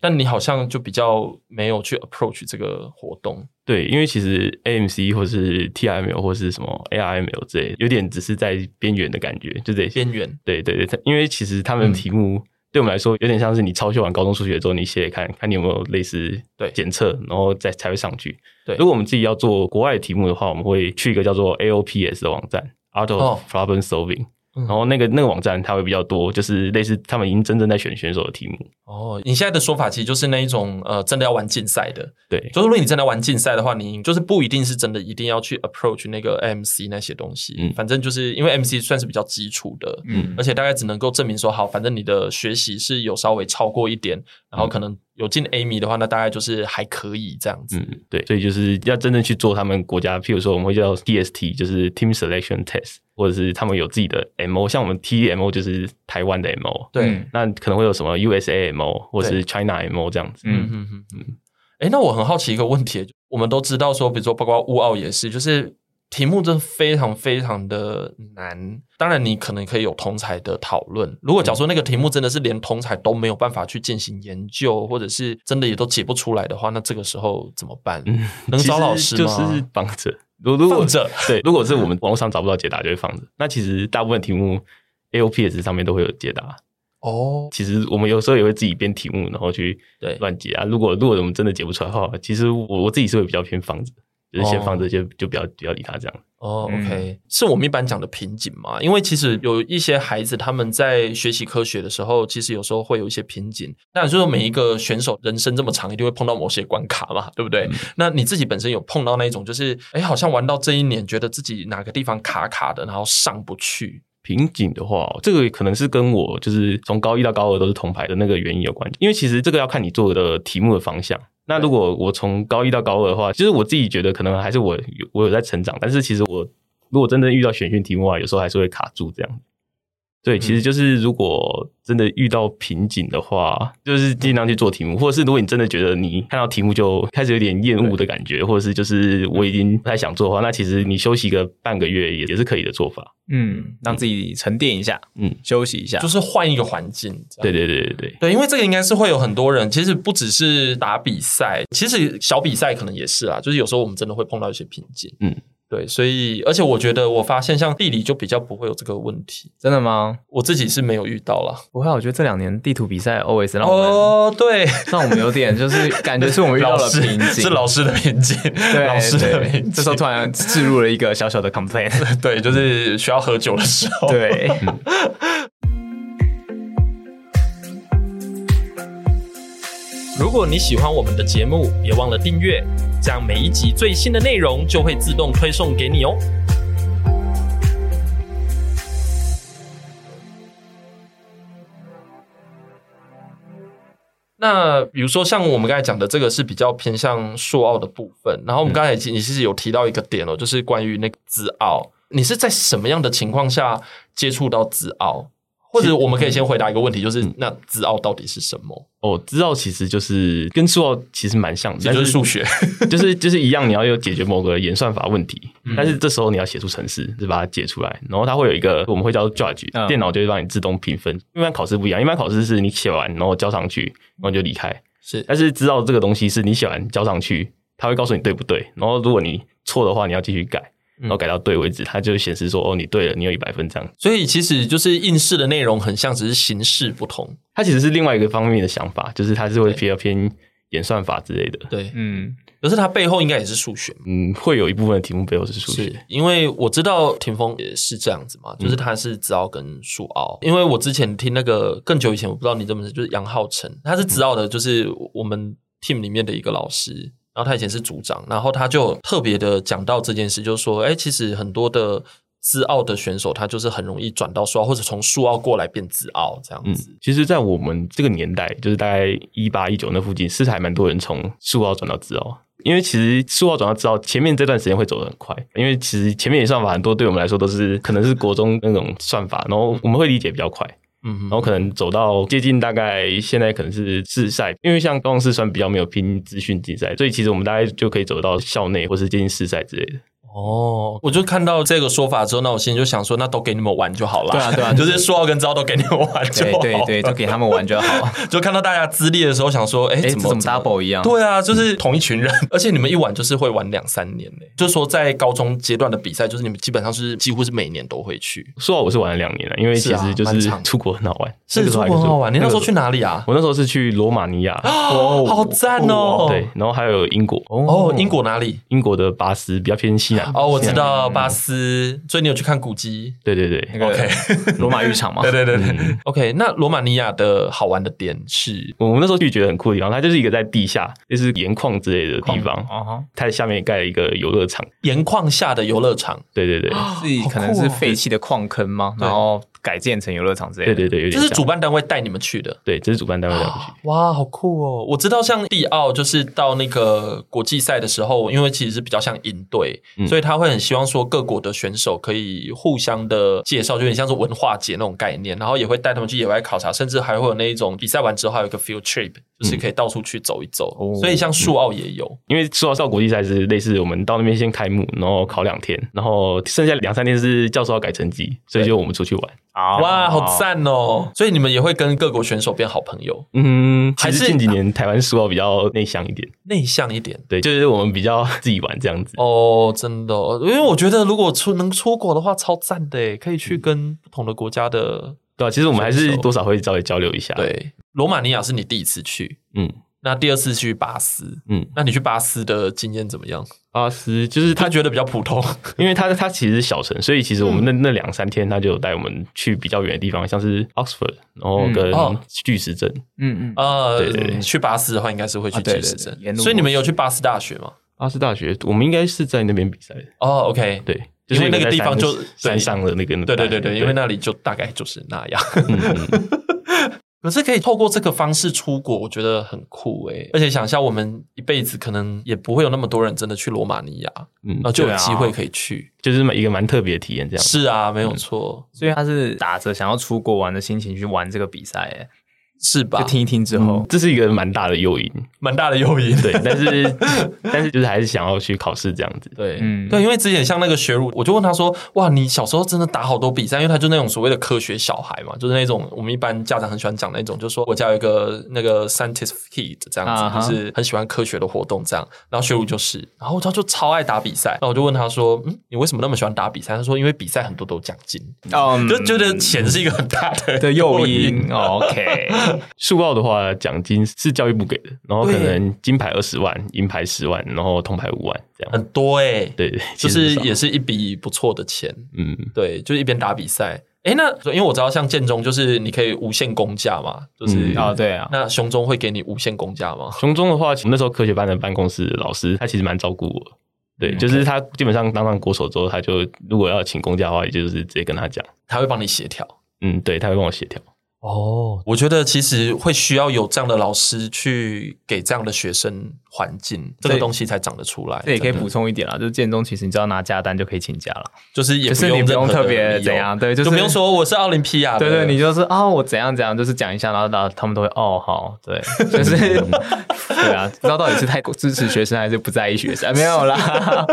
[SPEAKER 1] 但你好像就比较没有去 approach 这个活动。
[SPEAKER 3] 对，因为其实 AMC 或是 TRML 或是什么 ARML 之类，有点只是在边缘的感觉，就这些。
[SPEAKER 1] 边缘
[SPEAKER 3] 对对对，它因为其实他
[SPEAKER 1] 嗯
[SPEAKER 3] 们的题目、对我们来说有点像是你抄修完高中数学之后，你写写看看你有没有类似
[SPEAKER 1] 对
[SPEAKER 3] 检测，然后再才会上去。
[SPEAKER 1] 对
[SPEAKER 3] 如果我们自己要做国外的题目的话，我们会去一个叫做 AOPS 的网站，Art
[SPEAKER 1] 哦
[SPEAKER 3] of Problem Solving，、
[SPEAKER 1] 嗯
[SPEAKER 3] 然后那个那个网站它会比较多，就是类似他们已经真正在选选手的题目。
[SPEAKER 1] 哦，你现在的说法其实就是那一种呃，真的要玩竞赛的。
[SPEAKER 3] 对，
[SPEAKER 1] 就是如果你真的玩竞赛的话，你就是不一定是真的一定要去 approach 那个 MC 那些东西，
[SPEAKER 3] 嗯
[SPEAKER 1] 反正就是因为 MC 算是比较基础的，
[SPEAKER 2] 嗯
[SPEAKER 1] 而且大概只能够证明说，好，反正你的学习是有稍微超过一点，然
[SPEAKER 3] 嗯
[SPEAKER 1] 后可能有进 A 米的话，那大概就是还可以这样子。
[SPEAKER 3] 嗯，对，所以就是要真正去做他们国家，譬如说我们会叫 DST，就是 Team Selection Test，或者是他们有自己的 MO，像我们 TMO 就是台湾的 MO，
[SPEAKER 1] 对，
[SPEAKER 2] 嗯
[SPEAKER 3] 那可能会有什么 USA MO 或
[SPEAKER 1] 对
[SPEAKER 3] 是 China MO 这样子。
[SPEAKER 1] 嗯嗯嗯嗯。哎、那我很好奇一个问题，我们都知道说，比如说包括乌奥也是，就是题目真的非常非常的难。当然，你可能可以有同才的讨论。如果假如说那个题目真的是连同才都没有办法去进行研究，或者是真的也都解不出来的话，那这个时候怎么办？
[SPEAKER 3] 嗯，
[SPEAKER 1] 能
[SPEAKER 3] 其
[SPEAKER 1] 找
[SPEAKER 3] 实
[SPEAKER 1] 老师
[SPEAKER 3] 就
[SPEAKER 1] 吗
[SPEAKER 3] 是绑着， 如如果
[SPEAKER 1] 放着
[SPEAKER 3] 对，如果是我们网络上找不到解答，就会放着。那其实大部分题目 AOPS 上面都会有解答。
[SPEAKER 1] 哦，
[SPEAKER 3] 其实我们有时候也会自己编题目，然后去
[SPEAKER 1] 对
[SPEAKER 3] 乱解啊。如果如果我们真的解不出来的话，其实我我自己是会比较偏放着，就是先
[SPEAKER 1] 哦
[SPEAKER 3] 放着就、就不要不要理他这样。
[SPEAKER 1] 哦、o
[SPEAKER 2] 嗯
[SPEAKER 1] k 是我们一般讲的瓶颈嘛？因为其实有一些孩子他们在学习科学的时候，其实有时候会有一些瓶颈。当然，就是说每一个选手人生这么长，一定会碰到某些关卡嘛，对不对？那你自己本身有碰到那一种，就是哎，好像玩到这一年，觉得自己哪个地方卡卡的，然后上不去。
[SPEAKER 3] 瓶颈的话，这个可能是跟我就是从高一到高二都是铜牌的那个原因有关，因为其实这个要看你做的题目的方向。那如果我从高一到高二的话，就是我自己觉得可能还是我有我有在成长，但是其实我如果真的遇到选训题目啊，有时候还是会卡住这样。对，其实就是如果真的遇到瓶颈的话，就是尽量去做题目，或者是如果你真的觉得你看到题目就开始有点厌恶的感觉，或者是就是我已经不太想做的话，那其实你休息个半个月也也是可以的做法。
[SPEAKER 2] 嗯，让自己沉淀一下，
[SPEAKER 3] 嗯
[SPEAKER 2] 休息一下，
[SPEAKER 1] 就是换一个环境，这样
[SPEAKER 3] 对对对对对。
[SPEAKER 1] 对，因为这个应该是会有很多人，其实不只是打比赛，其实小比赛可能也是啊，就是有时候我们真的会碰到一些瓶颈。
[SPEAKER 3] 嗯，
[SPEAKER 1] 对，所以而且我觉得我发现像地理就比较不会有这个问题，
[SPEAKER 2] 真的吗？
[SPEAKER 1] 我自己是没有遇到啦。
[SPEAKER 2] 不会啊，我觉得这两年地图比赛 always 让我们、
[SPEAKER 1] 哦，对，
[SPEAKER 2] 让我们有点就是感觉 是我们遇到
[SPEAKER 1] 老
[SPEAKER 2] 了
[SPEAKER 1] 师
[SPEAKER 2] 瓶颈，
[SPEAKER 1] 是老师的瓶颈，
[SPEAKER 2] 对
[SPEAKER 1] 老师的
[SPEAKER 2] 对
[SPEAKER 1] 瓶，
[SPEAKER 2] 这时候
[SPEAKER 1] 颈，
[SPEAKER 2] 突然置入了一个小小 的 complaint，
[SPEAKER 1] 对，就是需要喝酒的时候。
[SPEAKER 2] 对，
[SPEAKER 1] 哦如果你喜欢我们的节目，别忘了订阅，这样每一集最新的内容就会自动推送给你哦。那比如说像我们刚才讲的，这个是比较偏向硕奥的部分。然后我们刚才其你其实有提到一个点哦，就是关于那个自傲，你是在什么样的情况下接触到自傲？或者我们可以先回答一个问题，就是那自傲到底是什么？
[SPEAKER 3] 哦，知道其实就是跟数奥其实蛮像的，
[SPEAKER 1] 这
[SPEAKER 3] 但
[SPEAKER 1] 就是是数学，
[SPEAKER 3] 就是就是一样，你要有解决某个演算法问题，
[SPEAKER 1] 嗯
[SPEAKER 3] 但是这时候你要写出程式，就是把它解出来，然后它会有一个我们会叫做 judge，、
[SPEAKER 2] 嗯
[SPEAKER 3] 电脑就会帮你自动评分。一般考试不一样，一般考试是你写完然后交上去，然后就离开。
[SPEAKER 1] 是
[SPEAKER 3] 但是知道这个东西是你写完交上去，它会告诉你对不对，然后如果你错的话，你要继续改。
[SPEAKER 1] 嗯
[SPEAKER 3] 然后改到对为止，它就会显示说哦，你对了，你有一百分这样。
[SPEAKER 1] 所以其实就是应试的内容很像，只是形式不同。
[SPEAKER 3] 它其实是另外一个方面的想法，就是它是会比较偏演算法之类的。
[SPEAKER 1] 对，
[SPEAKER 2] 嗯，
[SPEAKER 1] 可是它背后应该也是数学嘛。
[SPEAKER 3] 嗯，会有一部分的题目背后是数学嗯
[SPEAKER 1] 是。因为我知道霆锋也是这样子嘛，就是他是紫奥跟数奥、因为我之前听那个更久以前，我不知道你这么就是杨浩成，他是
[SPEAKER 3] 嗯
[SPEAKER 1] 紫奥的，就是我们 team 里面的一个老师。然后他以前是组长，然后他就特别的讲到这件事，就是说，哎，其实很多的自奥的选手，他就是很容易转到数奥，或者从数奥过来变自奥这样
[SPEAKER 3] 嗯
[SPEAKER 1] 子。，
[SPEAKER 3] 其实，在我们这个年代，就是大概一八一九那附近，是还蛮多人从数奥转到自奥。因为其实数奥转到自奥，前面这段时间会走得很快，因为其实前面演算法很多对我们来说都是可能是国中那种算法，然后我们会理解比较快，
[SPEAKER 1] 嗯
[SPEAKER 3] 然后可能走到接近大概现在可能是市赛，因为像高雄市算比较没有拼资讯竞赛，所以其实我们大概就可以走到校内或是接近市赛之类的。
[SPEAKER 1] 哦，我就看到这个说法之后，那我心里就想说，那都给你们玩就好了。
[SPEAKER 2] 对啊 对啊
[SPEAKER 1] 就是数奥跟自奥都给你们玩 就
[SPEAKER 2] 对
[SPEAKER 1] 好。
[SPEAKER 2] 对对，就给他们玩就好。
[SPEAKER 1] 就看到大家资历的时候，想说，哎、
[SPEAKER 2] 哎，这
[SPEAKER 1] 怎么
[SPEAKER 2] 怎么 double 一样？
[SPEAKER 1] 对啊，就是同一群人， 而且你们一玩就是会玩两三年呢、就是说，在高中阶段的比赛，就是你们基本上是几乎是每年都会去。
[SPEAKER 3] 数奥我是玩了两年了，因为
[SPEAKER 1] 是
[SPEAKER 3] 其
[SPEAKER 1] 啊
[SPEAKER 3] 实就
[SPEAKER 1] 蛮
[SPEAKER 3] 是
[SPEAKER 1] 长
[SPEAKER 3] 出国很好玩，
[SPEAKER 1] 是出
[SPEAKER 3] 出
[SPEAKER 1] 国很好玩，你那时候去？哪里啊？
[SPEAKER 3] 我那时候是去罗马尼亚。
[SPEAKER 1] 哦，好赞哦！
[SPEAKER 3] 对，，然后还有英国，
[SPEAKER 1] 哦，英国哪里？
[SPEAKER 3] 英国的巴斯比较偏西南。
[SPEAKER 1] 哦，我知
[SPEAKER 3] 西南，
[SPEAKER 1] 道巴斯，所以你有去看古迹
[SPEAKER 3] 对对
[SPEAKER 2] 那
[SPEAKER 3] 对，
[SPEAKER 2] 个
[SPEAKER 1] OK
[SPEAKER 2] 罗马浴场嘛
[SPEAKER 1] 对。
[SPEAKER 2] 嗯
[SPEAKER 1] 对对对，OK。那罗马尼亚的好玩的点是，
[SPEAKER 3] 我们那时候就觉得很酷的地方，它就是一个在地下，就是盐矿之类的地方，
[SPEAKER 2] 哦
[SPEAKER 3] 它的下面盖了一个游乐场。
[SPEAKER 1] 盐矿下的游乐场，
[SPEAKER 3] 对对对，
[SPEAKER 2] 哈，自己可能
[SPEAKER 1] 好
[SPEAKER 2] 是
[SPEAKER 1] 酷哦
[SPEAKER 2] 废弃的矿坑吗？
[SPEAKER 1] 对
[SPEAKER 2] 然后改建成游乐场之类
[SPEAKER 3] 对
[SPEAKER 2] 的。
[SPEAKER 3] 对对，有点
[SPEAKER 1] 这
[SPEAKER 3] 像
[SPEAKER 1] 是主办单位带你们去的。
[SPEAKER 3] 对，这是主办单位带我们去。
[SPEAKER 1] 哇，好酷哦！我知道，像蒂奥就是到那个国际赛的时候，因为其实是比较像营队，
[SPEAKER 3] 嗯
[SPEAKER 1] 所以他会很希望说各国的选手可以互相的介绍，就有点像是文化节那种概念，然后也会带他们去野外考察，甚至还会有那一种比赛完之后还有一个 field trip，就是
[SPEAKER 3] 嗯
[SPEAKER 1] 可以到处去走一走。
[SPEAKER 2] 哦
[SPEAKER 1] 所以像树奥也有，
[SPEAKER 3] 因为说到到国际赛是类似我们到那边先开幕，然后考两天，然后剩下两三天是教授要改成绩，所以就我们出去玩。
[SPEAKER 2] 啊
[SPEAKER 1] 哇，好！赞哦！所以你们也会跟各国选手变好朋友，
[SPEAKER 3] 嗯，
[SPEAKER 1] 还
[SPEAKER 3] 还
[SPEAKER 1] 是
[SPEAKER 3] 是近几年台湾输到比较内向一点，
[SPEAKER 1] 内向一点。
[SPEAKER 3] 对，就是我们比较 自己玩这样子。
[SPEAKER 1] 哦，真的哦，因为我觉得如果出能出国的话，超赞的耶，可以去跟不同的国家的
[SPEAKER 3] 对啊，其实我们还
[SPEAKER 1] 选
[SPEAKER 3] 是
[SPEAKER 1] 手
[SPEAKER 3] 多少会稍微交流一下。，
[SPEAKER 1] 对，罗马尼亚是你第一次去，
[SPEAKER 3] 嗯
[SPEAKER 1] 那第二次去巴斯，
[SPEAKER 3] 嗯，
[SPEAKER 1] 那你去巴斯的经验怎么样？
[SPEAKER 3] 巴斯就是他
[SPEAKER 1] 他觉得比较普通，
[SPEAKER 3] 因为它它其实是小城，所以其实我们那、那两三天他就有带我们去比较远的地方，像是 Oxford，然后跟
[SPEAKER 1] 嗯哦
[SPEAKER 3] 巨石阵。
[SPEAKER 2] 嗯嗯，
[SPEAKER 1] 呃，
[SPEAKER 3] 对对对
[SPEAKER 1] 去巴斯的话应该是会去
[SPEAKER 2] 啊对
[SPEAKER 1] 巨
[SPEAKER 2] 对
[SPEAKER 1] 石
[SPEAKER 2] 对
[SPEAKER 1] 阵，
[SPEAKER 2] 沿路
[SPEAKER 1] 所以你们有去巴斯大学吗？
[SPEAKER 3] 阿斯大学，我们应该是在那边比赛的，
[SPEAKER 1] 哦，OK，
[SPEAKER 3] 对，就
[SPEAKER 1] 因
[SPEAKER 3] 是
[SPEAKER 1] 为那个
[SPEAKER 3] 有在
[SPEAKER 1] 地方
[SPEAKER 3] 山
[SPEAKER 1] 就
[SPEAKER 3] 山上的那个
[SPEAKER 1] 对
[SPEAKER 3] 大
[SPEAKER 1] 对
[SPEAKER 3] 学
[SPEAKER 1] 对对，因为那里就大概就是那样。
[SPEAKER 3] 嗯嗯嗯
[SPEAKER 1] 可是可以透过这个方式出国，我觉得很酷诶、而且想一下，我们一辈子可能也不会有那么多人真的去罗马尼亚，
[SPEAKER 3] 嗯
[SPEAKER 1] 那就有
[SPEAKER 2] 对啊
[SPEAKER 1] 机会可以去。
[SPEAKER 3] 就是一个蛮特别的体验，这样。
[SPEAKER 1] 是啊，没有错，
[SPEAKER 2] 嗯所以他是打着想要出国玩的心情去玩这个比赛，
[SPEAKER 1] 是
[SPEAKER 2] 哎，
[SPEAKER 1] 吧
[SPEAKER 2] 就？听一听之后，
[SPEAKER 3] 这是一个蛮大的诱因，
[SPEAKER 1] 蛮大的诱因。
[SPEAKER 3] 对，但是 但是就是还是想要去考试这样子，
[SPEAKER 1] 对，
[SPEAKER 2] 嗯
[SPEAKER 1] 对，因为之前像那个学儒，我就问他说：“哇，你小时候真的打好多比赛？”因为他就那种所谓的科学小孩嘛，就是那种我们一般家长很喜欢讲那种，就是说我家有一个那个 scientist kid 这样子
[SPEAKER 2] 啊哈
[SPEAKER 1] 就是很喜欢科学的活动这样。然后学儒就是，然后他就超爱打比赛。然后我就问他说：“嗯，你为什么那么喜欢打比赛？”他说：“因为比赛很多都有奖金，
[SPEAKER 2] 嗯
[SPEAKER 1] 就觉得钱是一个很大的
[SPEAKER 2] 的诱因。，OK，哦
[SPEAKER 3] 数奥的话，奖金是教育部给的，然后可
[SPEAKER 1] 对
[SPEAKER 3] 能金牌二十万，银牌十万，然后铜牌五万这样。
[SPEAKER 1] 很多哎、
[SPEAKER 3] 对，对
[SPEAKER 1] 就
[SPEAKER 3] 其实
[SPEAKER 1] 是
[SPEAKER 3] 不少
[SPEAKER 1] 也是一笔不错的钱。”
[SPEAKER 3] 嗯，
[SPEAKER 1] 对，就是一边打比赛。诶，那因为我知道像建中就是你可以无限公价嘛，就是、
[SPEAKER 3] 嗯
[SPEAKER 2] 哦，对啊，
[SPEAKER 1] 那熊中会给你无限公价吗？
[SPEAKER 3] 熊中的话，那时候科学班的办公室老师，他其实蛮照顾我。
[SPEAKER 1] 嗯
[SPEAKER 3] 对，就是他基本上当上国手之后，他就如果要请公假的话，也就是直接跟他讲，
[SPEAKER 1] 他会帮你协调。
[SPEAKER 3] 嗯，对，他会帮我协调。
[SPEAKER 1] 哦，我觉得其实会需要有这样的老师去给这样的学生环境，这
[SPEAKER 2] 对
[SPEAKER 1] 个东西才长得出来。
[SPEAKER 2] 这也可以
[SPEAKER 1] 真的
[SPEAKER 2] 补充一点啦，就是建中其实你只要拿假单就可以请假了，
[SPEAKER 1] 就是也
[SPEAKER 2] 就是你
[SPEAKER 1] 用
[SPEAKER 2] 不
[SPEAKER 1] 任
[SPEAKER 2] 用
[SPEAKER 1] 何
[SPEAKER 2] 特
[SPEAKER 1] 的理
[SPEAKER 2] 别
[SPEAKER 1] 由
[SPEAKER 2] 怎样，，对，就
[SPEAKER 1] 就是不用。说我是奥林匹亚的，
[SPEAKER 2] 对对，你就是啊、我怎样怎样，就是讲一下，然后然后他们都会哦好，对， 就是对啊，不知道到底是太支持学生还是不在意学 生，没有啦，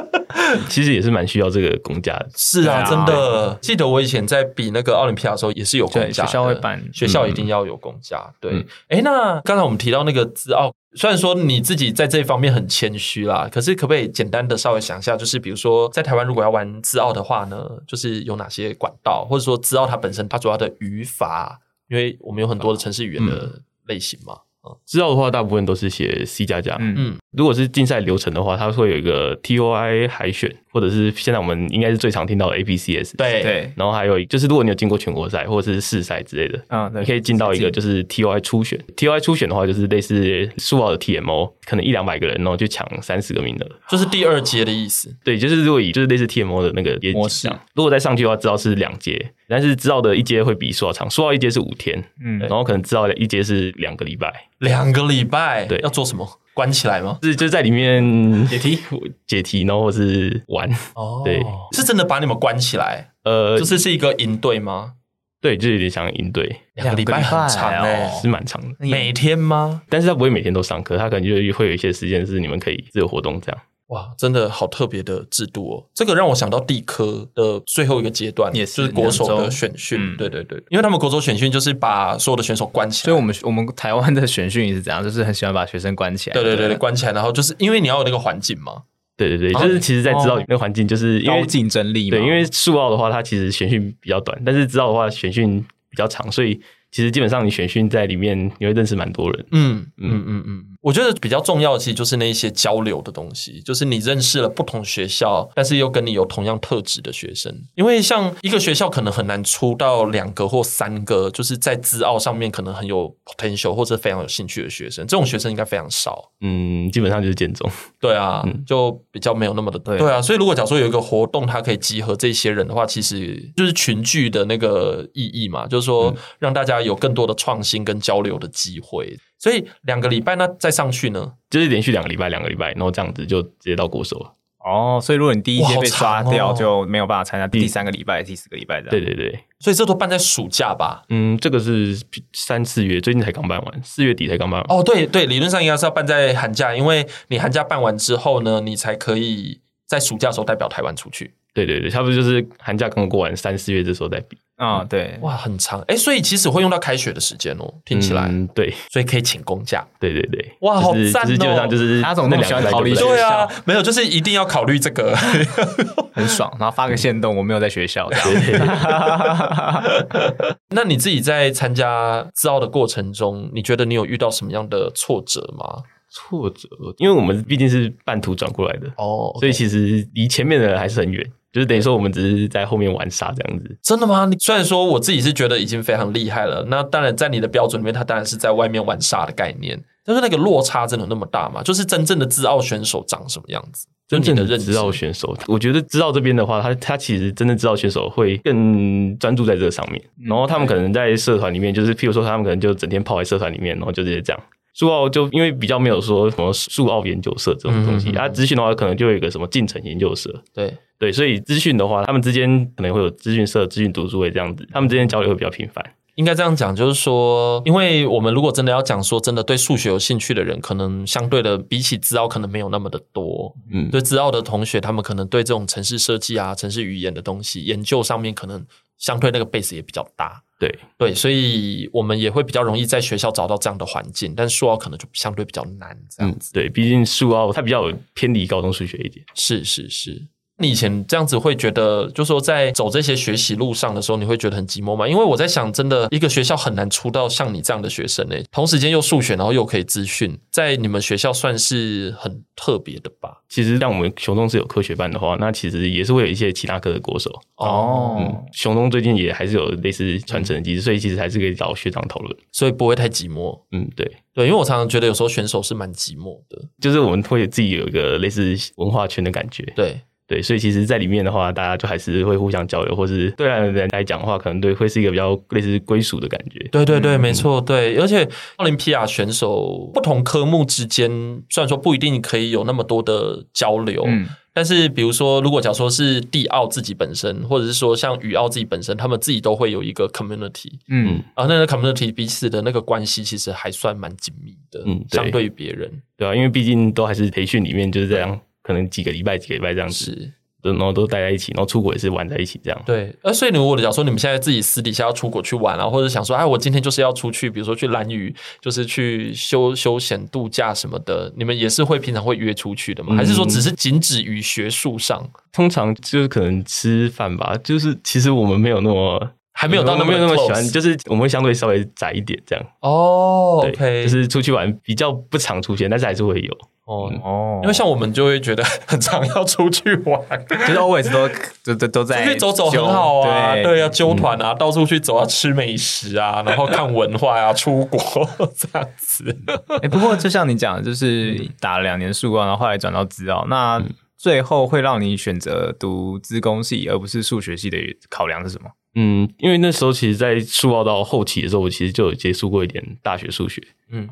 [SPEAKER 3] 其实也是蛮需要这个公假的。
[SPEAKER 1] 是啊，
[SPEAKER 2] 对
[SPEAKER 1] 真
[SPEAKER 2] 啊
[SPEAKER 1] 的记得我以前在比那个奥林匹亚的时候，也是有公
[SPEAKER 2] 对
[SPEAKER 1] 假的，
[SPEAKER 2] 学校会办
[SPEAKER 1] 学校一定要有公假。对
[SPEAKER 3] 嗯，
[SPEAKER 1] 哎，那刚才我们提到那个自傲，虽然说你自己在这方面很谦虚啦，可是可不可以简单的稍微想一下，就是比如说在台湾如果要玩自傲的话呢，就是有哪些管道，或者说自傲它本身它主要的语法，因为我们有很多的城市语言
[SPEAKER 2] 嗯
[SPEAKER 1] 的类型嘛。
[SPEAKER 3] 知道的话，大部分都是写 C 加加。
[SPEAKER 2] 嗯
[SPEAKER 1] 嗯，
[SPEAKER 3] 如果是竞赛流程的话，它会有一个 TOI 海选，或者是现在我们应该是最常听到的 APCS。。
[SPEAKER 1] 对，
[SPEAKER 2] 对，
[SPEAKER 3] 然后还有就是，如果你有进过全国赛或者是市赛之类的，
[SPEAKER 2] 嗯，对
[SPEAKER 3] 你可以进到一个就是 TOI 初选。TOI 初选的话，就是类似数奥的 TMO，可能一两百个人，然后去抢三十个名额。
[SPEAKER 1] 就是第二阶的意思。
[SPEAKER 3] 对，就是如果以就是类似 TMO 的那个阶级
[SPEAKER 2] 模式
[SPEAKER 3] 这样，如果再上去的话，知道是两阶，但是知道的一阶会比数奥长，数奥一阶是五天，
[SPEAKER 2] 嗯
[SPEAKER 3] 然后可能知道的一阶是两个礼拜，
[SPEAKER 1] 两个礼拜，
[SPEAKER 3] 对
[SPEAKER 1] 要做什么？关起来吗？
[SPEAKER 3] 是就是在里面
[SPEAKER 1] 解题
[SPEAKER 3] 解题，然后或是玩，
[SPEAKER 1] 哦
[SPEAKER 3] 对
[SPEAKER 1] 是真的把你们关起来。
[SPEAKER 3] 呃，
[SPEAKER 1] 就是是一个营队吗？
[SPEAKER 3] 对，就有点像应对，
[SPEAKER 1] 两个礼拜很长
[SPEAKER 2] 两个礼
[SPEAKER 1] 哎、
[SPEAKER 2] 拜哦
[SPEAKER 3] 是蛮长的。
[SPEAKER 1] 每天吗？
[SPEAKER 3] 但是他不会每天都上课，他可能就会有一些时间是你们可以自由活动这样。
[SPEAKER 1] 哇，真的好特别的制度哦！这个让我想到地科的最后一个阶段，
[SPEAKER 2] 也
[SPEAKER 1] 就
[SPEAKER 2] 是
[SPEAKER 1] 是国手
[SPEAKER 2] 两
[SPEAKER 1] 的
[SPEAKER 2] 周
[SPEAKER 1] 选训。
[SPEAKER 2] 嗯
[SPEAKER 1] 对对对，因为他们国手选训就是把所有的选手关起
[SPEAKER 2] 所以
[SPEAKER 1] 来，
[SPEAKER 2] 我们我们台湾的选训也是怎样，就是很喜欢把学生关起来。
[SPEAKER 1] 对对对对，关起来，然后就是因为你要有那个环境嘛。
[SPEAKER 3] 对对对，
[SPEAKER 1] 哦
[SPEAKER 3] 就是其实，在知道里面的环境，就是因为
[SPEAKER 2] 高竞争力嘛。
[SPEAKER 3] 对，因为数奥的话，它其实选训比较短，但是知道的话，选训比较长，所以其实基本上你选训在里面，你会认识蛮多人。
[SPEAKER 1] 嗯嗯嗯嗯，我觉得比较重要的其实就是那一些交流的东西，就是你认识了不同学校，但是又跟你有同样特质的学生，因为像一个学校可能很难出到两个或三个，就是在资奥上面可能很有 potential 或者非常有兴趣的学生，这种学生应该非常少。
[SPEAKER 3] 嗯，基本上就是建中。
[SPEAKER 1] 对啊，就比较没有那么的
[SPEAKER 2] 对
[SPEAKER 1] 对啊，所以如果假如说有一个活动，它可以集合这些人的话，其实就是群聚的那个意义嘛，就是说让大家有更多的创新跟交流的机会。所以两个礼拜那再上去呢，
[SPEAKER 3] 就是连续两个礼拜，两个礼拜，然后这样子就直接到国手了。
[SPEAKER 2] 哦，所以如果你第一
[SPEAKER 1] 哇
[SPEAKER 2] 届
[SPEAKER 1] 好
[SPEAKER 2] 被刷
[SPEAKER 1] 长
[SPEAKER 2] 掉，
[SPEAKER 1] 哦
[SPEAKER 2] 就没有办法参加第三个礼拜、第四个礼拜这样。
[SPEAKER 1] 啊
[SPEAKER 3] 对对对，
[SPEAKER 1] 所以这都办在暑假吧？
[SPEAKER 3] 嗯，这个是三四月，最近才刚办完，四月底才刚办完。
[SPEAKER 1] 哦，对对，理论上应该是要办在寒假，因为你寒假办完之后呢，你才可以在暑假的时候代表台湾出去。
[SPEAKER 3] 对对对，差不多就是寒假刚过完，三四月这时候再比。
[SPEAKER 2] 啊，对，
[SPEAKER 1] 哇，很长哎，所以其实会用到开学的时间哦，听起来，
[SPEAKER 3] 嗯对
[SPEAKER 1] 所以可以请公假。
[SPEAKER 3] 对对对，
[SPEAKER 1] 哇好
[SPEAKER 3] 就是
[SPEAKER 1] 赞哦
[SPEAKER 3] 就是基本上就是
[SPEAKER 2] 他怎么
[SPEAKER 3] 那
[SPEAKER 2] 那么
[SPEAKER 3] 两个
[SPEAKER 2] 喜欢
[SPEAKER 3] 礼拜
[SPEAKER 2] 逃离
[SPEAKER 3] 就
[SPEAKER 2] 学
[SPEAKER 3] 不
[SPEAKER 2] 校
[SPEAKER 3] 来
[SPEAKER 1] 对啊，没有，就是一定要考虑这个。
[SPEAKER 2] 很爽。然后发个线动，我没有在学校这样。哦
[SPEAKER 3] 对对对
[SPEAKER 1] 那你自己在参加自奥的过程中，你觉得你有遇到什么样的挫折吗？
[SPEAKER 3] 挫折，因为我们毕竟是半途转过来的，
[SPEAKER 1] 哦
[SPEAKER 3] 所以其实离前面的人还是很远，就是等于说我们只是在后面玩沙这样子。
[SPEAKER 1] 真的吗？你虽然说我自己是觉得已经非常厉害了，那当然在你的标准里面，他当然是在外面玩沙的概念，但是那个落差真的有那么大吗？就是真正的自傲选手长什么样子？就
[SPEAKER 3] 真
[SPEAKER 1] 你
[SPEAKER 3] 正的
[SPEAKER 1] 认
[SPEAKER 3] 知
[SPEAKER 1] 知
[SPEAKER 3] 道选手，我觉得知道这边的话，他他其实真的知道选手会更专注在这个上面，然后他们可能在社团里面，就是譬如说他们可能就整天泡在社团里面，然后就直接这样。数奥就因为比较没有说什么数奥研究社这种东
[SPEAKER 1] 嗯，
[SPEAKER 3] 西
[SPEAKER 1] 嗯嗯
[SPEAKER 3] 啊，资讯的话可能就有一个什么进程研究社，
[SPEAKER 1] 对，
[SPEAKER 3] 对，所以资讯的话，他们之间可能会有资讯社、资讯读书会这样子，他们之间交流会比较频繁。
[SPEAKER 1] 应该这样讲，就是说，因为我们如果真的要讲说，真的对数学有兴趣的人，可能相对的比起自傲，可能没有那么的多。
[SPEAKER 3] 嗯，
[SPEAKER 1] 对自傲的同学，他们可能对这种城市设计啊、城市语言的东西研究上面，可能相对那个 base 也比较大。
[SPEAKER 3] 对，
[SPEAKER 1] 对，所以我们也会比较容易在学校找到这样的环境，但数奥可能就相对比较难。这样、
[SPEAKER 3] 嗯，对，毕竟数奥它比较偏离高中数学一点。
[SPEAKER 1] 是是是。你以前这样子会觉得，就说在走这些学习路上的时候，你会觉得很寂寞吗？因为我在想，真的一个学校很难出到像你这样的学生诶、欸同时间又数学，然后又可以资讯，在你们学校算是很特别的吧？
[SPEAKER 3] 其实像我们雄中是有科学班的话，那其实也是会有一些其他科的国手。
[SPEAKER 2] 哦
[SPEAKER 3] 嗯，，雄中最近也还是有类似传承的机制，所以其实还是可以找学长讨论。
[SPEAKER 1] 所以不会太寂寞。
[SPEAKER 3] 嗯，对，
[SPEAKER 1] 对，因为我常常觉得有时候选手是蛮寂寞的。
[SPEAKER 3] 就是我们会自己有一个类似文化圈的感觉。
[SPEAKER 1] 对，
[SPEAKER 3] 对，所以其实，在里面的话，大家就还是会互相交流，或是对岸的人来讲的话，可能对会是一个比较类似归属的感觉。
[SPEAKER 1] 对对对，没错，对，而且奥林匹亚选手不同科目之间，虽然说不一定可以有那么多的交流，
[SPEAKER 2] 嗯，
[SPEAKER 1] 但是比如说，如果假如说是地奥自己本身，或者是说像羽奥自己本身，他们自己都会有一个 community
[SPEAKER 2] 嗯
[SPEAKER 1] 啊，那个 community 彼此的那个关系其实还算蛮紧密的，
[SPEAKER 3] 嗯对
[SPEAKER 1] 相对于别人
[SPEAKER 3] 对啊，因为毕竟都还是培训里面就是这样，可能几个礼拜、几个礼拜这样子，
[SPEAKER 1] 是
[SPEAKER 3] 然后都待在一起，然后出国也是玩在一起这样。
[SPEAKER 1] 对。呃，所以如果假如说你们现在自己私底下要出国去玩啊，或者想说，哎，我今天就是要出去，比如说去蓝屿，就是去休休闲度假什么的，你们也是会平常会约出去
[SPEAKER 3] 嗯
[SPEAKER 1] 的吗？还是说只是仅止于学术上，
[SPEAKER 3] 通常就是可能吃饭吧，就是其实我们没有那么
[SPEAKER 1] 还没有到那么
[SPEAKER 3] 嗯没有那么喜欢，
[SPEAKER 1] close
[SPEAKER 3] 就是我们会相对稍微窄一点这样。
[SPEAKER 1] 哦
[SPEAKER 3] 对
[SPEAKER 1] ，OK，
[SPEAKER 3] 就是出去玩比较不常出现，但是还是会有。
[SPEAKER 1] 哦。
[SPEAKER 2] 哦，
[SPEAKER 1] 因为像我们就会觉得很常要出去 玩，
[SPEAKER 2] 就是 always 都都都都在
[SPEAKER 3] 哎
[SPEAKER 1] 出去走走很好啊，
[SPEAKER 2] 对
[SPEAKER 1] 对啊，揪团
[SPEAKER 3] 嗯
[SPEAKER 1] 啊，到处去走啊，吃美食 啊，然后看文化啊，出国 这样子。
[SPEAKER 3] 嗯
[SPEAKER 2] 哎、不过就像你讲的，就是打了两年树高，然后后来转到资奥，那
[SPEAKER 1] 嗯
[SPEAKER 2] 最后会让你选择读资工系而不是数学系的考量是什么？
[SPEAKER 3] 嗯，因为那时候其实，在数奥到后期的时候，我其实就有接触过一点大学数学。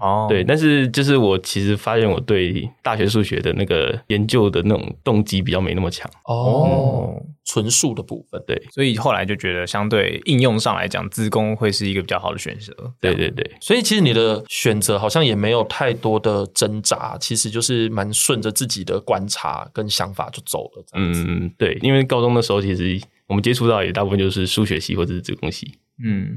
[SPEAKER 2] 哦
[SPEAKER 3] 对，，但是就是我其实发现我对大学数学的那个研究的那种动机比较没那么强。
[SPEAKER 1] 哦，纯数的部分，
[SPEAKER 2] 所以后来就觉得相对应用上来讲，资工会是一个比较好的选择。
[SPEAKER 3] 对对对，
[SPEAKER 1] 所以其实你的选择好像也没有太多的挣扎，其实就是蛮顺着自己的观察跟想法就走了。这样子，
[SPEAKER 3] 嗯对，因为高中的时候其实我们接触到也大部分就是数学系或者是自工系。
[SPEAKER 2] 嗯，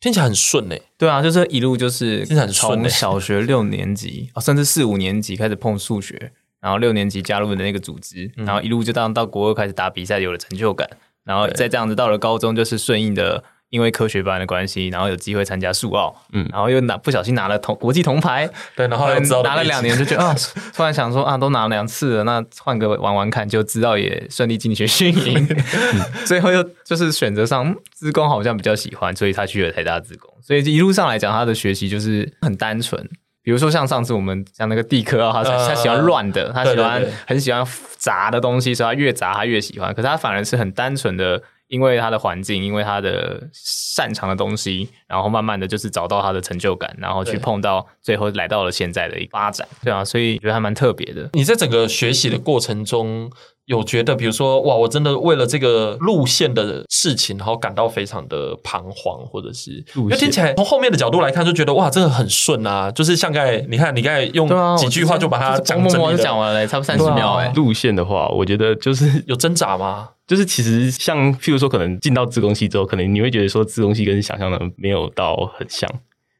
[SPEAKER 1] 听起来很顺欸诶。
[SPEAKER 2] 对啊，就是一路就是
[SPEAKER 1] 听起来很顺欸
[SPEAKER 2] 从小学六年级、哦、甚至四五年级开始碰数学，然后六年级加入的那个组织，
[SPEAKER 1] 嗯
[SPEAKER 2] 然后一路就到到国二开始打比赛，有了成就感，然后再这样子到了高中，就是顺应的。因为科学班的关系，然后有机会参加数奥，嗯，然后又拿不小心拿了铜国际铜牌，
[SPEAKER 1] 对，然后又知道
[SPEAKER 2] 拿了两年就觉得啊， 突然想说啊，都拿了两次了，那换个玩玩看，就知道也顺利进学 训营，最后又就是选择上嗯资工好像比较喜欢，所以他去了台大资工，所以一路上来讲，他的学习就是很单纯。比如说像上次我们像那个地科啊，他
[SPEAKER 1] 呃
[SPEAKER 2] 他喜欢乱的，他喜欢
[SPEAKER 1] 对对对
[SPEAKER 2] 很喜欢杂的东西，所以他越杂他越喜欢。可是他反而是很单纯的，因为他的环境，因为他的擅长的东西，然后慢慢的就是找到他的成就感，然后去
[SPEAKER 1] 对
[SPEAKER 2] 碰到最后来到了现在的一个发展，对啊，所以觉得还蛮特别的。
[SPEAKER 1] 你在整个学习的过程中，有觉得比如说，哇，我真的为了这个路线的事情，然后感到非常的彷徨，或者是
[SPEAKER 3] 路
[SPEAKER 1] 因
[SPEAKER 3] 线
[SPEAKER 1] 为听起来从后面的角度来看，就觉得哇，真的很顺啊，就是像刚才你看，你刚才用
[SPEAKER 2] 对啊，
[SPEAKER 1] 几句话就把它讲
[SPEAKER 2] 我就是
[SPEAKER 1] 整
[SPEAKER 2] 默默
[SPEAKER 1] 理
[SPEAKER 2] 就讲
[SPEAKER 1] 了，嗯
[SPEAKER 2] 完了，差不多三十秒哎、
[SPEAKER 3] 路线的话，我觉得就是
[SPEAKER 1] 有挣扎吗？
[SPEAKER 3] 就是其实像譬如说，可能进到自工系之后，可能你会觉得说自工系跟想象的没有到很像。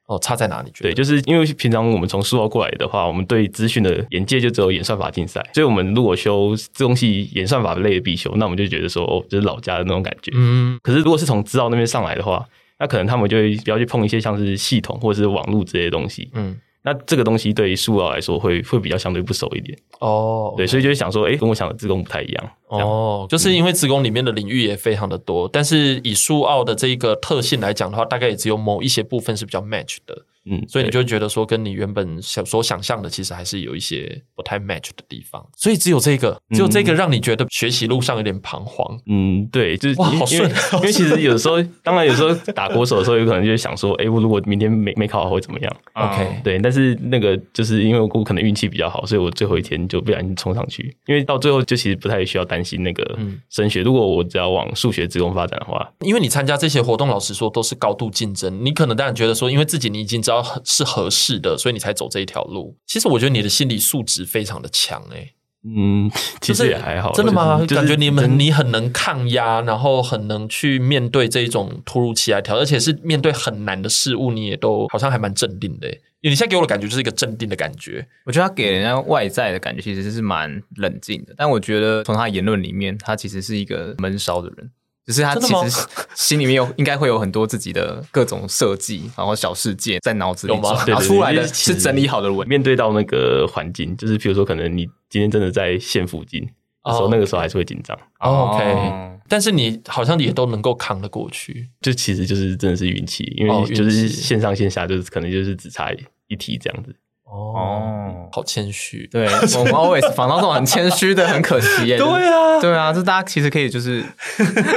[SPEAKER 1] 哦，差在哪里？觉得
[SPEAKER 3] 对，就是因为平常我们从数奥过来的话，我们对资讯的眼界就只有演算法竞赛，所以我们如果修自动系演算法类的必修，那我们就觉得说哦，就是老家的那种感觉。
[SPEAKER 1] 嗯，
[SPEAKER 3] 可是如果是从资奥那边上来的话，那可能他们就会比较去碰一些像是系统或者是网络之类的东西。
[SPEAKER 1] 嗯，
[SPEAKER 3] 那这个东西对于数奥来说会会比较相对不熟一点。
[SPEAKER 1] 哦，
[SPEAKER 3] 对，所以就会想说，哎、跟我想的自工不太一样。这样
[SPEAKER 1] 哦，就是因为职工里面的领域也非常的多，但是以数奥的这一个特性来讲的话，大概也只有某一些部分是比较 match 的，
[SPEAKER 3] 嗯，
[SPEAKER 1] 所以你
[SPEAKER 3] 对
[SPEAKER 1] 就会觉得说，跟你原本想所想象的，其实还是有一些不太 match 的地方。所以只有这个，只有这个让你觉得学习路上有点彷徨。
[SPEAKER 3] 嗯，对，就是
[SPEAKER 1] 哇
[SPEAKER 3] 因
[SPEAKER 1] 好
[SPEAKER 3] 为因为
[SPEAKER 1] 顺啊好
[SPEAKER 3] 因为其实有时候，当然有时候打国手的时候，有可能就会想说，哎、我如果明天没没考好会怎么样？
[SPEAKER 1] OK
[SPEAKER 3] 对，但是那个就是因为我可能运气比较好，所以我最后一天就不小心冲上去。因为到最后就其实不太需要担心那个
[SPEAKER 1] 嗯
[SPEAKER 3] 升学。如果我只要往数学职工发展的话，
[SPEAKER 1] 因为你参加这些活动，老实说都是高度竞争。你可能当然觉得说，因为自己你已经知道是合适的，所以你才走这一条路。其实我觉得你的心理素质非常的强欸诶、
[SPEAKER 3] 嗯，其
[SPEAKER 1] 就是
[SPEAKER 3] 实也还好。
[SPEAKER 1] 真的吗？
[SPEAKER 3] 就是
[SPEAKER 1] 感觉你
[SPEAKER 3] 真
[SPEAKER 1] 们你很能抗压，然后很能去面对这一种突如其来挑，而且是面对很难的事物，你也都好像还蛮镇定的耶。因为你现在给我的感觉就是一个镇定的感觉，
[SPEAKER 2] 我觉得他给人家外在的感觉其实是蛮冷静的，但我觉得从他的言论里面，他其实是一个闷骚的人，只是他
[SPEAKER 1] 真的
[SPEAKER 2] 其
[SPEAKER 1] 吗
[SPEAKER 2] 实心里面有应该会有很多自己的各种设计，然后小世界在脑子里
[SPEAKER 1] 有吗
[SPEAKER 2] 走，然
[SPEAKER 3] 对对
[SPEAKER 2] 后
[SPEAKER 3] 对
[SPEAKER 2] 出来的
[SPEAKER 3] 就是其
[SPEAKER 2] 是
[SPEAKER 3] 实
[SPEAKER 2] 整理好的文
[SPEAKER 3] 面对到那个环境，就是比如说，可能你今天真的在县附近，的时候
[SPEAKER 1] 哦
[SPEAKER 3] 那个时候还是会紧张。
[SPEAKER 1] 哦 OK 但是你好像也都能够扛得过去。
[SPEAKER 3] 就其实就是真的是运气，因
[SPEAKER 1] 哦
[SPEAKER 3] 为就
[SPEAKER 1] 运气
[SPEAKER 3] 是线上线下就是可能就是只差一题这样子。
[SPEAKER 4] 哦，
[SPEAKER 2] 哦，
[SPEAKER 1] 好谦虚。
[SPEAKER 2] 对，我们 always 仿到这种很谦虚的，很可惜耶。
[SPEAKER 1] 对啊
[SPEAKER 2] 对啊，这大家其实可以就是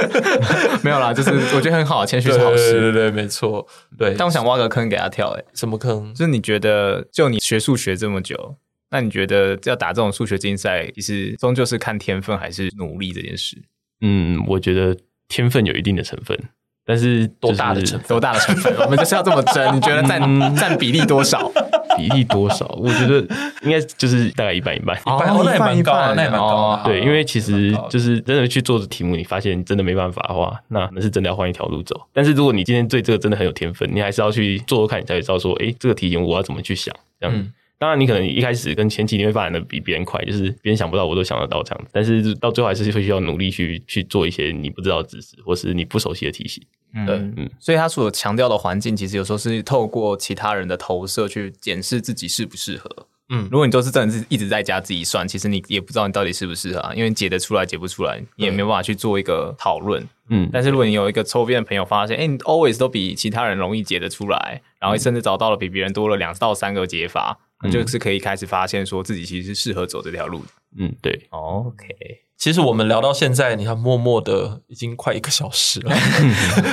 [SPEAKER 2] 没有啦，就是我觉得很好，谦虚
[SPEAKER 1] 对
[SPEAKER 2] 是好
[SPEAKER 1] 对对
[SPEAKER 2] 事。
[SPEAKER 1] 对对，没错。对，
[SPEAKER 2] 但我想挖个坑给他跳，哎，
[SPEAKER 1] 什么坑
[SPEAKER 2] 就？是你觉得就你学数学这么久，那你觉得要打这种数学竞赛，其实终究是看天分还是努力这件事，
[SPEAKER 3] 嗯，我觉得天分有一定的成分，但是
[SPEAKER 1] 多大的成嗯
[SPEAKER 2] 多大的成分？我们就是要这么争，你觉得占占比例多少？
[SPEAKER 3] 比例多少？我觉得应该就是大概一半一 半。
[SPEAKER 1] 半哦那也蛮高啊那也蛮高啊
[SPEAKER 3] 对，因为其实
[SPEAKER 1] 蛮高的
[SPEAKER 3] 就是真的去做的题目，你发现你真的没办法的话，那那是真的要换一条路走。但是如果你今天对这个真的很有天分，你还是要去做做看，你才会知道说，诶，这个题型我要怎么去想。这样，
[SPEAKER 1] 嗯
[SPEAKER 3] 当然你可能一开始跟前期你会发展的比别人快，就是别人想不到我都想得到这样子。但是到最后还是会需要努力去去做一些你不知道的知识，或是你不熟悉的题型。
[SPEAKER 1] 对
[SPEAKER 2] 嗯，所以他所强调的环境，其实有时候是透过其他人的投射去检视自己适不适合。
[SPEAKER 1] 嗯
[SPEAKER 2] 如果你都是真的是一直在家自己算，其实你也不知道你到底适不适合、啊，因为你解得出来解不出来，你也没有办法去做一个讨论。
[SPEAKER 3] 嗯，
[SPEAKER 2] 但是如果你有一个周边的朋友发现，哎、你 always 都比其他人容易解得出来，然
[SPEAKER 1] 嗯
[SPEAKER 2] 后甚至找到了比别人多了两到三个解法，那就是可以开始发现说自己其实是适合走这条路的。
[SPEAKER 3] 嗯，对，
[SPEAKER 2] OK，
[SPEAKER 1] 其实我们聊到现在，你看，默默的已经快一个小时 了，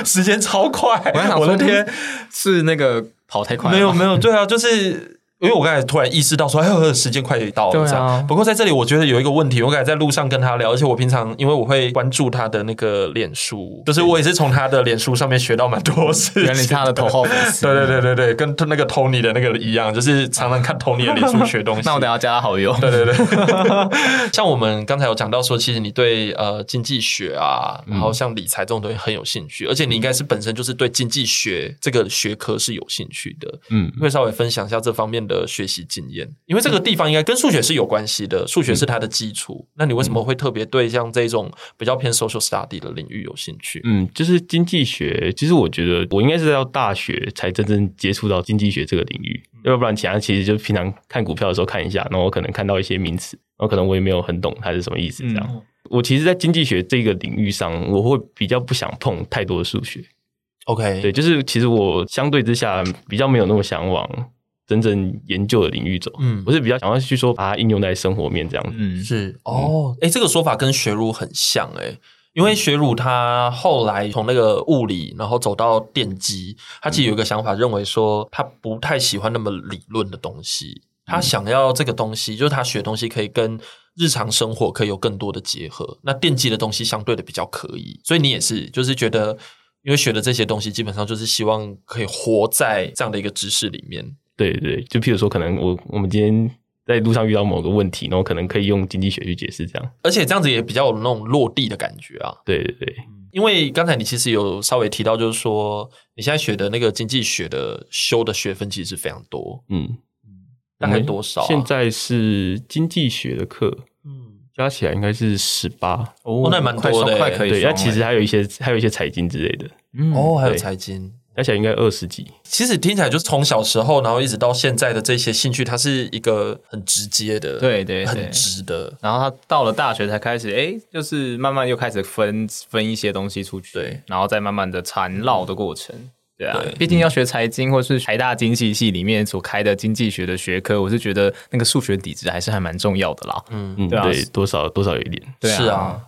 [SPEAKER 1] 时间超快。
[SPEAKER 2] 我刚想
[SPEAKER 1] 哎我
[SPEAKER 2] 说
[SPEAKER 1] 的天，
[SPEAKER 2] 是那个跑太快了吗，
[SPEAKER 1] 没有没有，对啊，就是。因为我刚才突然意识到说，哎呦，时间快到
[SPEAKER 2] 对
[SPEAKER 1] 了
[SPEAKER 2] 啊
[SPEAKER 1] 这样。不过在这里，我觉得有一个问题，我刚才在路上跟他聊，而且我平常因为我会关注他的那个脸书，就是我也是从他的脸书上面学到蛮多事情。
[SPEAKER 2] 原来是他的头号粉丝。
[SPEAKER 1] 对对对对对，跟那个 Tony 的那个一样，就是常常看 Tony 的脸书学东西。
[SPEAKER 2] 那我等一下加他好友。
[SPEAKER 1] 对对 对，像我们刚才有讲到说，其实你对呃经济学啊，
[SPEAKER 2] 嗯
[SPEAKER 1] 然后像理财这种东西很有兴趣，而且你应该是本身就是对经济学这个学科是有兴趣的。
[SPEAKER 3] 嗯
[SPEAKER 1] 会稍微分享一下这方面的学习经验，因为这个地方应该跟数学是有关系的，数学是它的基础。那你为什么会特别对像这种比较偏 social study 的领域有兴趣？
[SPEAKER 3] 嗯，就是经济学。其实我觉得我应该是到大学才真正接触到经济学这个领域，要不然其他其实就平常看股票的时候看一下，然后我可能看到一些名词，然后可能我也没有很懂它是什么意思这样。
[SPEAKER 1] 嗯
[SPEAKER 3] 我其实，在经济学这个领域上，我会比较不想碰太多的数学。
[SPEAKER 1] ，OK，
[SPEAKER 3] 对，就是其实我相对之下比较没有那么想往真正研究的领域走，
[SPEAKER 1] 嗯
[SPEAKER 3] 我是比较想要去说把它应用在生活面这样子。
[SPEAKER 2] 嗯，
[SPEAKER 1] 是哦，哎、这个说法跟学儒很像哎、诶因
[SPEAKER 2] 嗯
[SPEAKER 1] 为学儒他后来从那个物理，然后走到电机，他其实有一个想法，认为说他不太喜欢那么理论的东
[SPEAKER 2] 嗯
[SPEAKER 1] 西，他想要这个东西，就是他学东西可以跟日常生活可以有更多的结合。那电机的东西相对的比较可以，所以你也是，就是觉得。因为学的这些东西，基本上就是希望可以活在这样的一个知识里面。
[SPEAKER 3] 对对，就譬如说，可能我我们今天在路上遇到某个问题，然后可能可以用经济学去解释这样。
[SPEAKER 1] 而且这样子也比较有那种落地的感觉啊。
[SPEAKER 3] 对对对，
[SPEAKER 1] 因为刚才你其实有稍微提到，就是说你现在学的那个经济学的修的学分其实是非常多，
[SPEAKER 3] 嗯，
[SPEAKER 1] 大概多少啊、
[SPEAKER 3] 现在是经济学的课，
[SPEAKER 1] 嗯，
[SPEAKER 3] 加起来应该是十八。
[SPEAKER 2] 哦
[SPEAKER 1] 那蛮多的欸
[SPEAKER 2] 快可以
[SPEAKER 3] 对，
[SPEAKER 2] 双
[SPEAKER 3] 那
[SPEAKER 2] 了。
[SPEAKER 3] 其实还有一些，还有一些财经之类的，
[SPEAKER 2] 嗯
[SPEAKER 1] 哦，还有
[SPEAKER 3] 对
[SPEAKER 1] 财经，
[SPEAKER 3] 加起来应该二十几。
[SPEAKER 1] 其实听起来就是从小时候，然后一直到现在的这些兴趣，它是一个很直接的，
[SPEAKER 2] 对对对
[SPEAKER 1] 很直的。
[SPEAKER 2] 然后他到了大学才开始，哎，就是慢慢又开始分分一些东西出去，
[SPEAKER 1] 对，
[SPEAKER 2] 然后再慢慢的缠绕的过程，对啊
[SPEAKER 1] 对，
[SPEAKER 2] 毕竟要学财经或是台大经济系里面所开的经济学的学科，我是觉得那个数学底子还是还蛮重要的啦，
[SPEAKER 3] 嗯，
[SPEAKER 2] 对啊
[SPEAKER 3] 对，多少多少有一点。
[SPEAKER 2] 对
[SPEAKER 1] 是啊，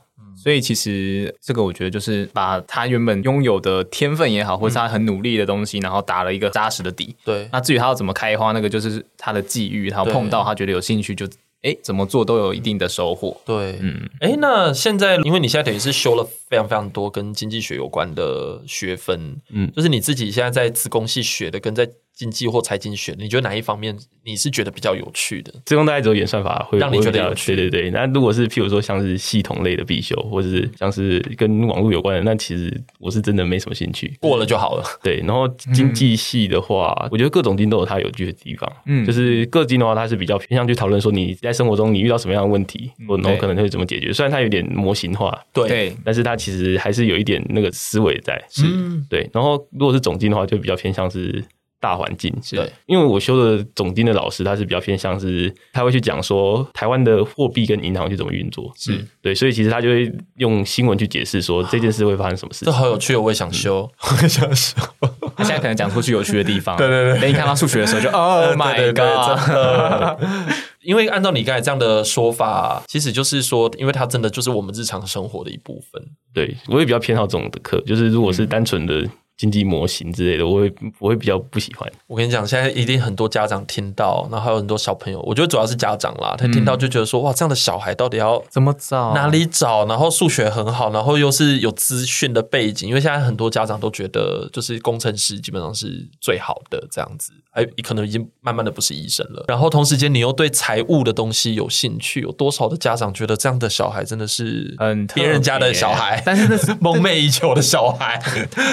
[SPEAKER 2] 所以其实这个我觉得就是把他原本拥有的天分也好，或是他很努力的东西，然后打了一个扎实的底，
[SPEAKER 1] 对，
[SPEAKER 2] 那至于他要怎么开花，那个就是他的际遇，他
[SPEAKER 1] 对
[SPEAKER 2] 碰到他觉得有兴趣就，哎怎么做都有一定的收获。
[SPEAKER 1] 对，嗯
[SPEAKER 2] 嗯，
[SPEAKER 1] 哎，那现在因为你现在等于是修了非常非常多跟经济学有关的学分，嗯
[SPEAKER 3] 嗯，
[SPEAKER 1] 就是你自己现在在自工系学的，跟在经济或财经学的，你觉得哪一方面你是觉得比较有趣的？
[SPEAKER 3] 最终大概只有演算法会
[SPEAKER 1] 让你
[SPEAKER 3] 会
[SPEAKER 1] 觉
[SPEAKER 3] 比
[SPEAKER 1] 得
[SPEAKER 3] 较
[SPEAKER 1] 有趣
[SPEAKER 3] 对对对。那如果是譬如说像是系统类的必修，或者是像是跟网络有关的，那其实我是真的没什么兴趣。
[SPEAKER 1] 过了就好了。
[SPEAKER 3] 对，然后经济系的话，我觉得各种经都有它有趣的地方。
[SPEAKER 2] 嗯
[SPEAKER 3] 就是各经的话，它是比较偏向去讨论说你在生活中你遇到什么样的问题，
[SPEAKER 2] 嗯
[SPEAKER 3] 或然后
[SPEAKER 2] 对
[SPEAKER 3] 可能会怎么解决。虽然它有点模型化，
[SPEAKER 1] 对，
[SPEAKER 2] 对，
[SPEAKER 3] 但是它其实还是有一点那个思维在。
[SPEAKER 1] 嗯，
[SPEAKER 3] 对，然后如果是总经的话，就比较偏向是大环境。
[SPEAKER 2] 是
[SPEAKER 1] 对
[SPEAKER 3] 因为我修的总经的老师，他是比较偏向是，他会去讲说台湾的货币跟银行去怎么运作，嗯
[SPEAKER 2] 是啊
[SPEAKER 3] 对，所以其实他就会用新闻去解释说这件事会发生什么事
[SPEAKER 1] 这
[SPEAKER 3] 情。
[SPEAKER 1] 好有趣哦，我也想修，我也想修。
[SPEAKER 2] 他现在可能讲出去有趣的地方，
[SPEAKER 1] 对对对
[SPEAKER 2] 等你看到数学的时候 就 Oh
[SPEAKER 1] 呃对
[SPEAKER 2] my
[SPEAKER 1] 对对真
[SPEAKER 2] God，
[SPEAKER 1] 的 因为按照你刚才这样的说法，其实就是说，因为它真的就是我们日常生活的一部分。
[SPEAKER 3] 对我也比较偏好这种的课，就是如果是单纯的经济模型之类的，我会我会比较不喜欢。
[SPEAKER 1] 我跟你讲，现在一定很多家长听到，然后还有很多小朋友，我觉得主要是家长啦，他听
[SPEAKER 2] 嗯
[SPEAKER 1] 到就觉得说，哇，这样的小孩到底要
[SPEAKER 2] 怎么找
[SPEAKER 1] 哪？里找？然后数学很好，然后又是有资讯的背景，因为现在很多家长都觉得，就是工程师基本上是最好的这样子，还可能已经慢慢的不是医生了。然后同时间，你又对财务的东西有兴趣，有多少的家长觉得这样的小孩真的是
[SPEAKER 2] 很特别
[SPEAKER 1] 别人家的小孩，
[SPEAKER 2] 但是那是
[SPEAKER 1] 梦寐以求的小孩，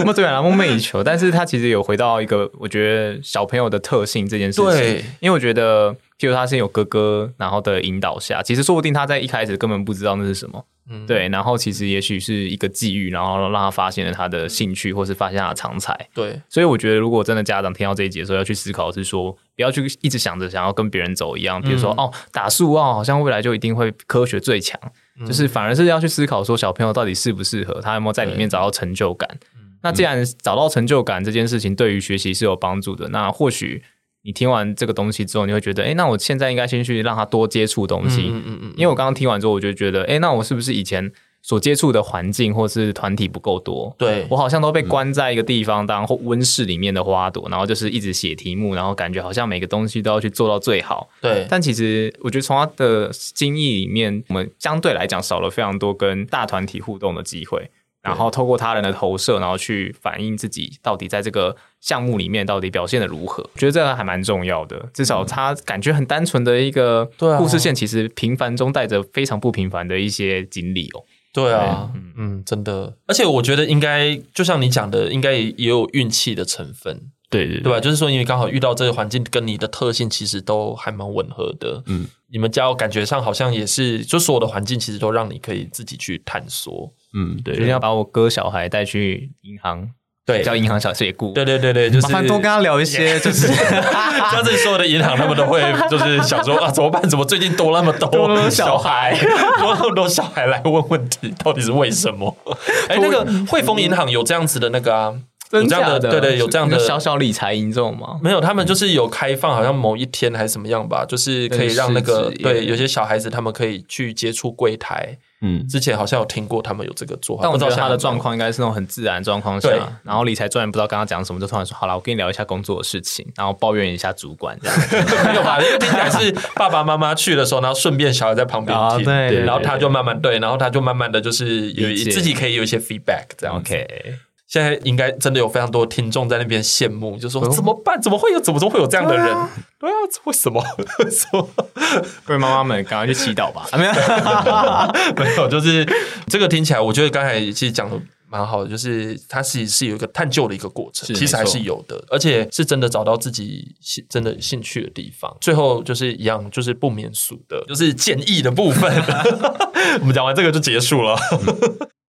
[SPEAKER 2] 梦对啊，梦寐以求。但是他其实有回到一个，我觉得小朋友的特性这件事情。
[SPEAKER 1] 对，
[SPEAKER 2] 因为我觉得，譬如他是有哥哥，然后的引导下，其实说不定他在一开始根本不知道那是什么。
[SPEAKER 1] 嗯
[SPEAKER 2] 对，然后其实也许是一个际遇，然后让他发现了他的兴趣，或是发现他的长才。
[SPEAKER 1] 对。
[SPEAKER 2] 所以我觉得，如果真的家长听到这一节的时候，要去思考是说，不要去一直想着想要跟别人走一样，比如
[SPEAKER 1] 嗯
[SPEAKER 2] 说、哦，打数奥好像未来就一定会科学最强，
[SPEAKER 1] 嗯
[SPEAKER 2] 就是反而是要去思考说，小朋友到底适不适合，他有没有在里面找到成就感。
[SPEAKER 1] 嗯
[SPEAKER 2] 那既然找到成就感这件事情对于学习是有帮助的，那或许你听完这个东西之后，你会觉得，哎，那我现在应该先去让他多接触东西，
[SPEAKER 1] 嗯嗯嗯，
[SPEAKER 2] 因为我刚刚听完之后，我就觉得，哎、那我是不是以前所接触的环境或是团体不够多？
[SPEAKER 1] 对
[SPEAKER 2] 我好像都被关在一个地方当或温室里面的花朵，然后就是一直写题目，然后感觉好像每个东西都要去做到最好。
[SPEAKER 1] 对，
[SPEAKER 2] 但其实我觉得从他的经历里面，我们相对来讲少了非常多跟大团体互动的机会。然后透过他人的投射，然后去反映自己到底在这个项目里面到底表现的如何，我觉得这个还蛮重要的。至少他感觉很单纯的一个
[SPEAKER 1] 对啊
[SPEAKER 2] 故事线，其实平凡中带着非常不平凡的一些经历哦。
[SPEAKER 1] 对啊，嗯，真的，而且我觉得应该就像你讲的，应该也也有运气的成分，
[SPEAKER 3] 对对
[SPEAKER 1] 对吧？就是说，因为刚好遇到这个环境，跟你的特性其实都还蛮吻合的。嗯
[SPEAKER 3] 嗯，
[SPEAKER 1] 你们家我感觉上好像也是，就所有的环境其实都让你可以自己去探索。
[SPEAKER 3] 嗯对
[SPEAKER 1] 啊
[SPEAKER 2] 就是要把我哥小孩带去银行，
[SPEAKER 1] 对，
[SPEAKER 2] 叫
[SPEAKER 1] 对
[SPEAKER 2] 银行小姐顾，
[SPEAKER 1] 对对对，就是
[SPEAKER 2] 麻烦多跟他聊一些，就是
[SPEAKER 1] 像这里所有的银行，他们都会就是想说啊，怎么办？怎么最近多那么
[SPEAKER 2] 多那么
[SPEAKER 1] 多
[SPEAKER 2] 多
[SPEAKER 1] 小
[SPEAKER 2] 小
[SPEAKER 1] 孩， 多那么多小孩来问问题，到底是为什 么？哎，那个汇丰银行有这样子的那个啊，有这样
[SPEAKER 2] 假
[SPEAKER 1] 对对，有这样的
[SPEAKER 2] 那个小小理财营众吗？
[SPEAKER 1] 没有，他们就是有开放，好像某一天还是怎么样吧，就是可以让那个
[SPEAKER 2] 对是
[SPEAKER 1] 对有些小孩子他们可以去接触柜台。
[SPEAKER 3] 嗯
[SPEAKER 1] 之前好像有听过他们有这个做法，
[SPEAKER 2] 但我
[SPEAKER 1] 不知道
[SPEAKER 2] 觉得
[SPEAKER 1] 现在
[SPEAKER 2] 他
[SPEAKER 1] 有没
[SPEAKER 2] 的
[SPEAKER 1] 有
[SPEAKER 2] 状。况应该是那种很自然的状况
[SPEAKER 1] 对
[SPEAKER 2] 下，然后理财专员不知道跟他讲什么，就突然说好了，我跟你聊一下工作的事情，然后抱怨一下主管 这样。
[SPEAKER 1] 没有吧？因为听起来是爸爸妈妈去的时候，然后顺便小孩在旁边
[SPEAKER 2] 啊
[SPEAKER 1] 听，
[SPEAKER 2] 对
[SPEAKER 3] 对
[SPEAKER 1] 然后
[SPEAKER 3] 对
[SPEAKER 1] 他就慢慢对，然后他就慢慢的就是有
[SPEAKER 2] 理解
[SPEAKER 1] 自己可以有一些 feedback 这样子。
[SPEAKER 2] OK，
[SPEAKER 1] 现在应该真的有非常多听众在那边羡慕，就
[SPEAKER 2] 哦
[SPEAKER 1] 说怎么办？怎么会有怎么会有这样的人？对啊，为什么？为什么？
[SPEAKER 2] 各位妈妈们赶快去祈祷吧。啊
[SPEAKER 1] 嗯
[SPEAKER 2] 没有，
[SPEAKER 1] 没有，就是这个听起来，我觉得刚才其实讲的蛮好的，就是它是是有一个探究的一个过程，
[SPEAKER 2] 是
[SPEAKER 1] 其实还
[SPEAKER 2] 没错
[SPEAKER 1] 是有的，而且是真的找到自己兴真的兴趣的地方。最后就是一样，就是不免俗的，就是建议的部 分。我们讲完这个就结束了。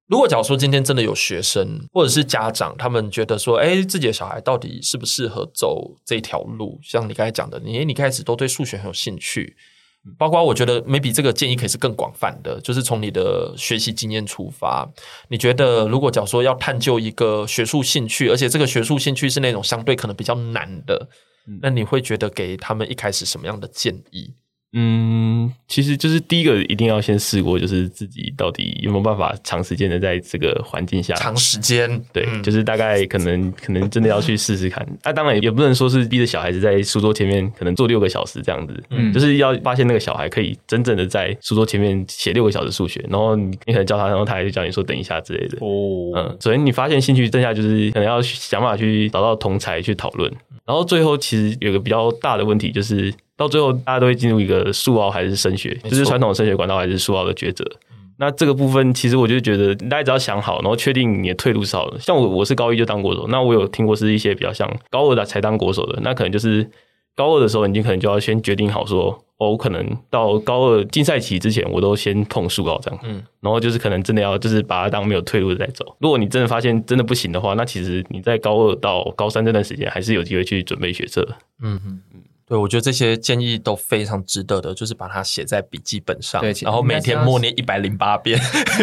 [SPEAKER 1] 如果假如说今天真的有学生或者是家长，他们觉得说，哎，自己的小孩到底适不适合走这条路？像你刚才讲的，你你开始都对数学很有兴趣，包括我觉得 maybe 这个建议可以是更广泛的，就是从你的学习经验出发，你觉得如果假如说要探究一个学术兴趣，而且这个学术兴趣是那种相对可能比较难的，那你会觉得给他们一开始什么样的建议？
[SPEAKER 3] 嗯，其实就是第一个一定要先试过，就是自己到底有没有办法长时间的在这个环境下
[SPEAKER 1] 长时间
[SPEAKER 3] 对，
[SPEAKER 1] 嗯
[SPEAKER 3] 就是大概可能可能真的要去试试看。那、当然也不能说是逼着小孩子在书桌前面可能坐六个小时这样子，
[SPEAKER 2] 嗯
[SPEAKER 3] 就是要发现那个小孩可以真正的在书桌前面写六个小时数学，然后你你可能叫他，然后他还就叫你说等一下之类的。
[SPEAKER 2] 哦，
[SPEAKER 3] 嗯，首先你发现兴趣剩下就是可能要想办法去找到同才去讨论，然后最后其实有个比较大的问题就是到最后大家都会进入一个数奥还是升学，
[SPEAKER 1] 没错
[SPEAKER 3] 就是传统升学管道还是数奥的抉择。那这个部分其实我就觉得大家只要想好，然后确定你的退路是好的。像我我是高一就当国手，那我有听过是一些比较像高二的才当国手的，那可能就是高二的时候你可能就要先决定好说。哦我可能到高二竞赛期之前，我都先碰数高这样，
[SPEAKER 1] 嗯
[SPEAKER 3] 嗯，然后就是可能真的要就是把它当没有退路再走。如果你真的发现真的不行的话，那其实你在高二到高三这段时间还是有机会去准备学测的。
[SPEAKER 1] 嗯嗯嗯，对，我觉得这些建议都非常值得的，就是把它写在笔记本上
[SPEAKER 2] 对其，
[SPEAKER 1] 然后每天默念一百零八遍，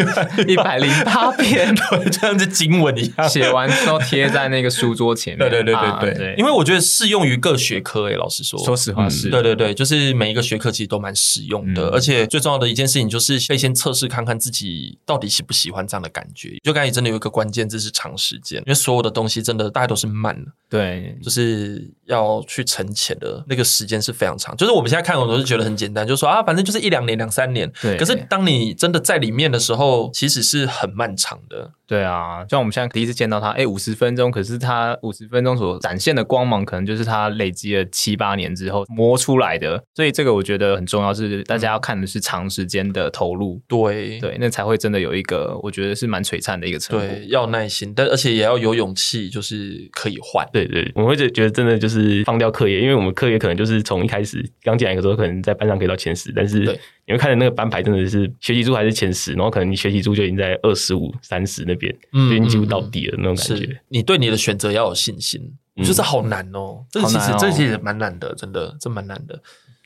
[SPEAKER 2] 一百零八篇
[SPEAKER 1] 对，就像是经文一样。
[SPEAKER 2] 写完之后贴在那个书桌前面。
[SPEAKER 1] 对对对
[SPEAKER 2] 啊
[SPEAKER 1] 对
[SPEAKER 2] 对，
[SPEAKER 1] 对，因为我觉得适用于各学科诶、老实说，
[SPEAKER 2] 说实话是，
[SPEAKER 1] 对对对，就是每一个学科其实都蛮实用的，
[SPEAKER 2] 嗯
[SPEAKER 1] 而且最重要的一件事情就是可以先测试看看自己到底喜不喜欢这样的感觉。就刚才真的有一个关键字是长时间，因为所有的东西真的大家都是慢的，
[SPEAKER 2] 对
[SPEAKER 1] 就是要去沉潜的那个时间是非常长。就是我们现在看，我都是觉得很简单，就说啊，反正就是一两年、两三年。
[SPEAKER 2] 对。
[SPEAKER 1] 可是当你真的在里面的时候，其实是很漫长的。
[SPEAKER 2] 对啊，像我们现在第一次见到他，哎，五十分钟，可是他五十分钟所展现的光芒，可能就是他累积了七八年之后磨出来的。所以这个我觉得很重要，是大
[SPEAKER 1] 嗯
[SPEAKER 2] 家要看的是长时间的投入，
[SPEAKER 1] 对
[SPEAKER 2] 对，那才会真的有一个我觉得是蛮璀璨的一个成果。
[SPEAKER 1] 对，要耐心，但而且也要有勇气，就是可以换。
[SPEAKER 3] 对对，我会觉觉得真的就是放掉课业，因为我们课业可能就是从一开始刚进来的时候，可能在班上可以到前十，但是
[SPEAKER 1] 对
[SPEAKER 3] 你会看着那个班牌真的是学习数还是前十，然后可能你学习数就已经在二十五、三十那边，
[SPEAKER 1] 嗯
[SPEAKER 3] 就已经几乎
[SPEAKER 1] 嗯
[SPEAKER 3] 到底了那种感觉。
[SPEAKER 1] 是你对你的选择要有信心，
[SPEAKER 3] 嗯
[SPEAKER 1] 就是好难哦。这个
[SPEAKER 2] 好
[SPEAKER 1] 其
[SPEAKER 2] 难
[SPEAKER 1] 实、
[SPEAKER 2] 哦
[SPEAKER 1] 这其实蛮难的，真的这蛮难的，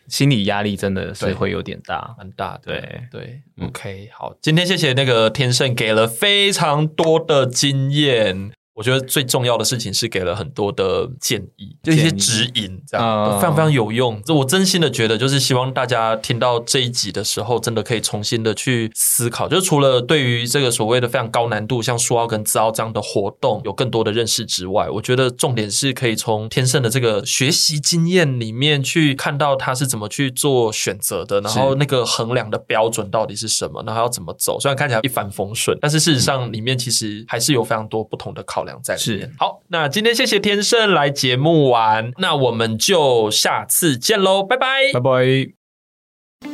[SPEAKER 2] 心理压力真的
[SPEAKER 1] 对
[SPEAKER 2] 是会有点大。
[SPEAKER 1] 蛮大的。
[SPEAKER 2] 对
[SPEAKER 1] 对、
[SPEAKER 3] 嗯
[SPEAKER 1] o k 好，今天谢谢那个天盛给了非常多的经验。我觉得最重要的事情是给了很多的建议，就一些
[SPEAKER 2] 建议
[SPEAKER 1] 指引，这样
[SPEAKER 2] 嗯
[SPEAKER 1] 都非常非常有用。这我真心的觉得，就是希望大家听到这一集的时候，真的可以重新的去思考，就是除了对于这个所谓的非常高难度，像苏澳跟自澳这样的活动有更多的认识之外，我觉得重点是可以从天盛的这个学习经验里面去看到他是怎么去做选择的，然后那个衡量的标准到底是什么，然后要怎么走。虽然看起来一帆风顺，但是事实上里面其实还是有非常多不同的考量在里面。
[SPEAKER 2] 是
[SPEAKER 1] 好，那今天谢谢天盛来节目玩，那我们就下次见喽，拜拜。
[SPEAKER 2] 拜拜。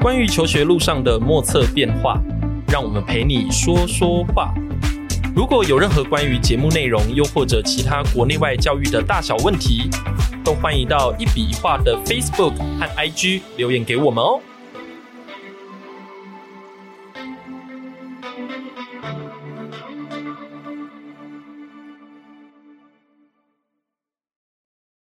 [SPEAKER 1] 关于求学路上的莫测变化，让我们陪你说说话。如果有任何关于节目内容，又或者其他国内外教育的大小问题，都欢迎到一笔一画的 Facebook 和 IG 留言给我们哦。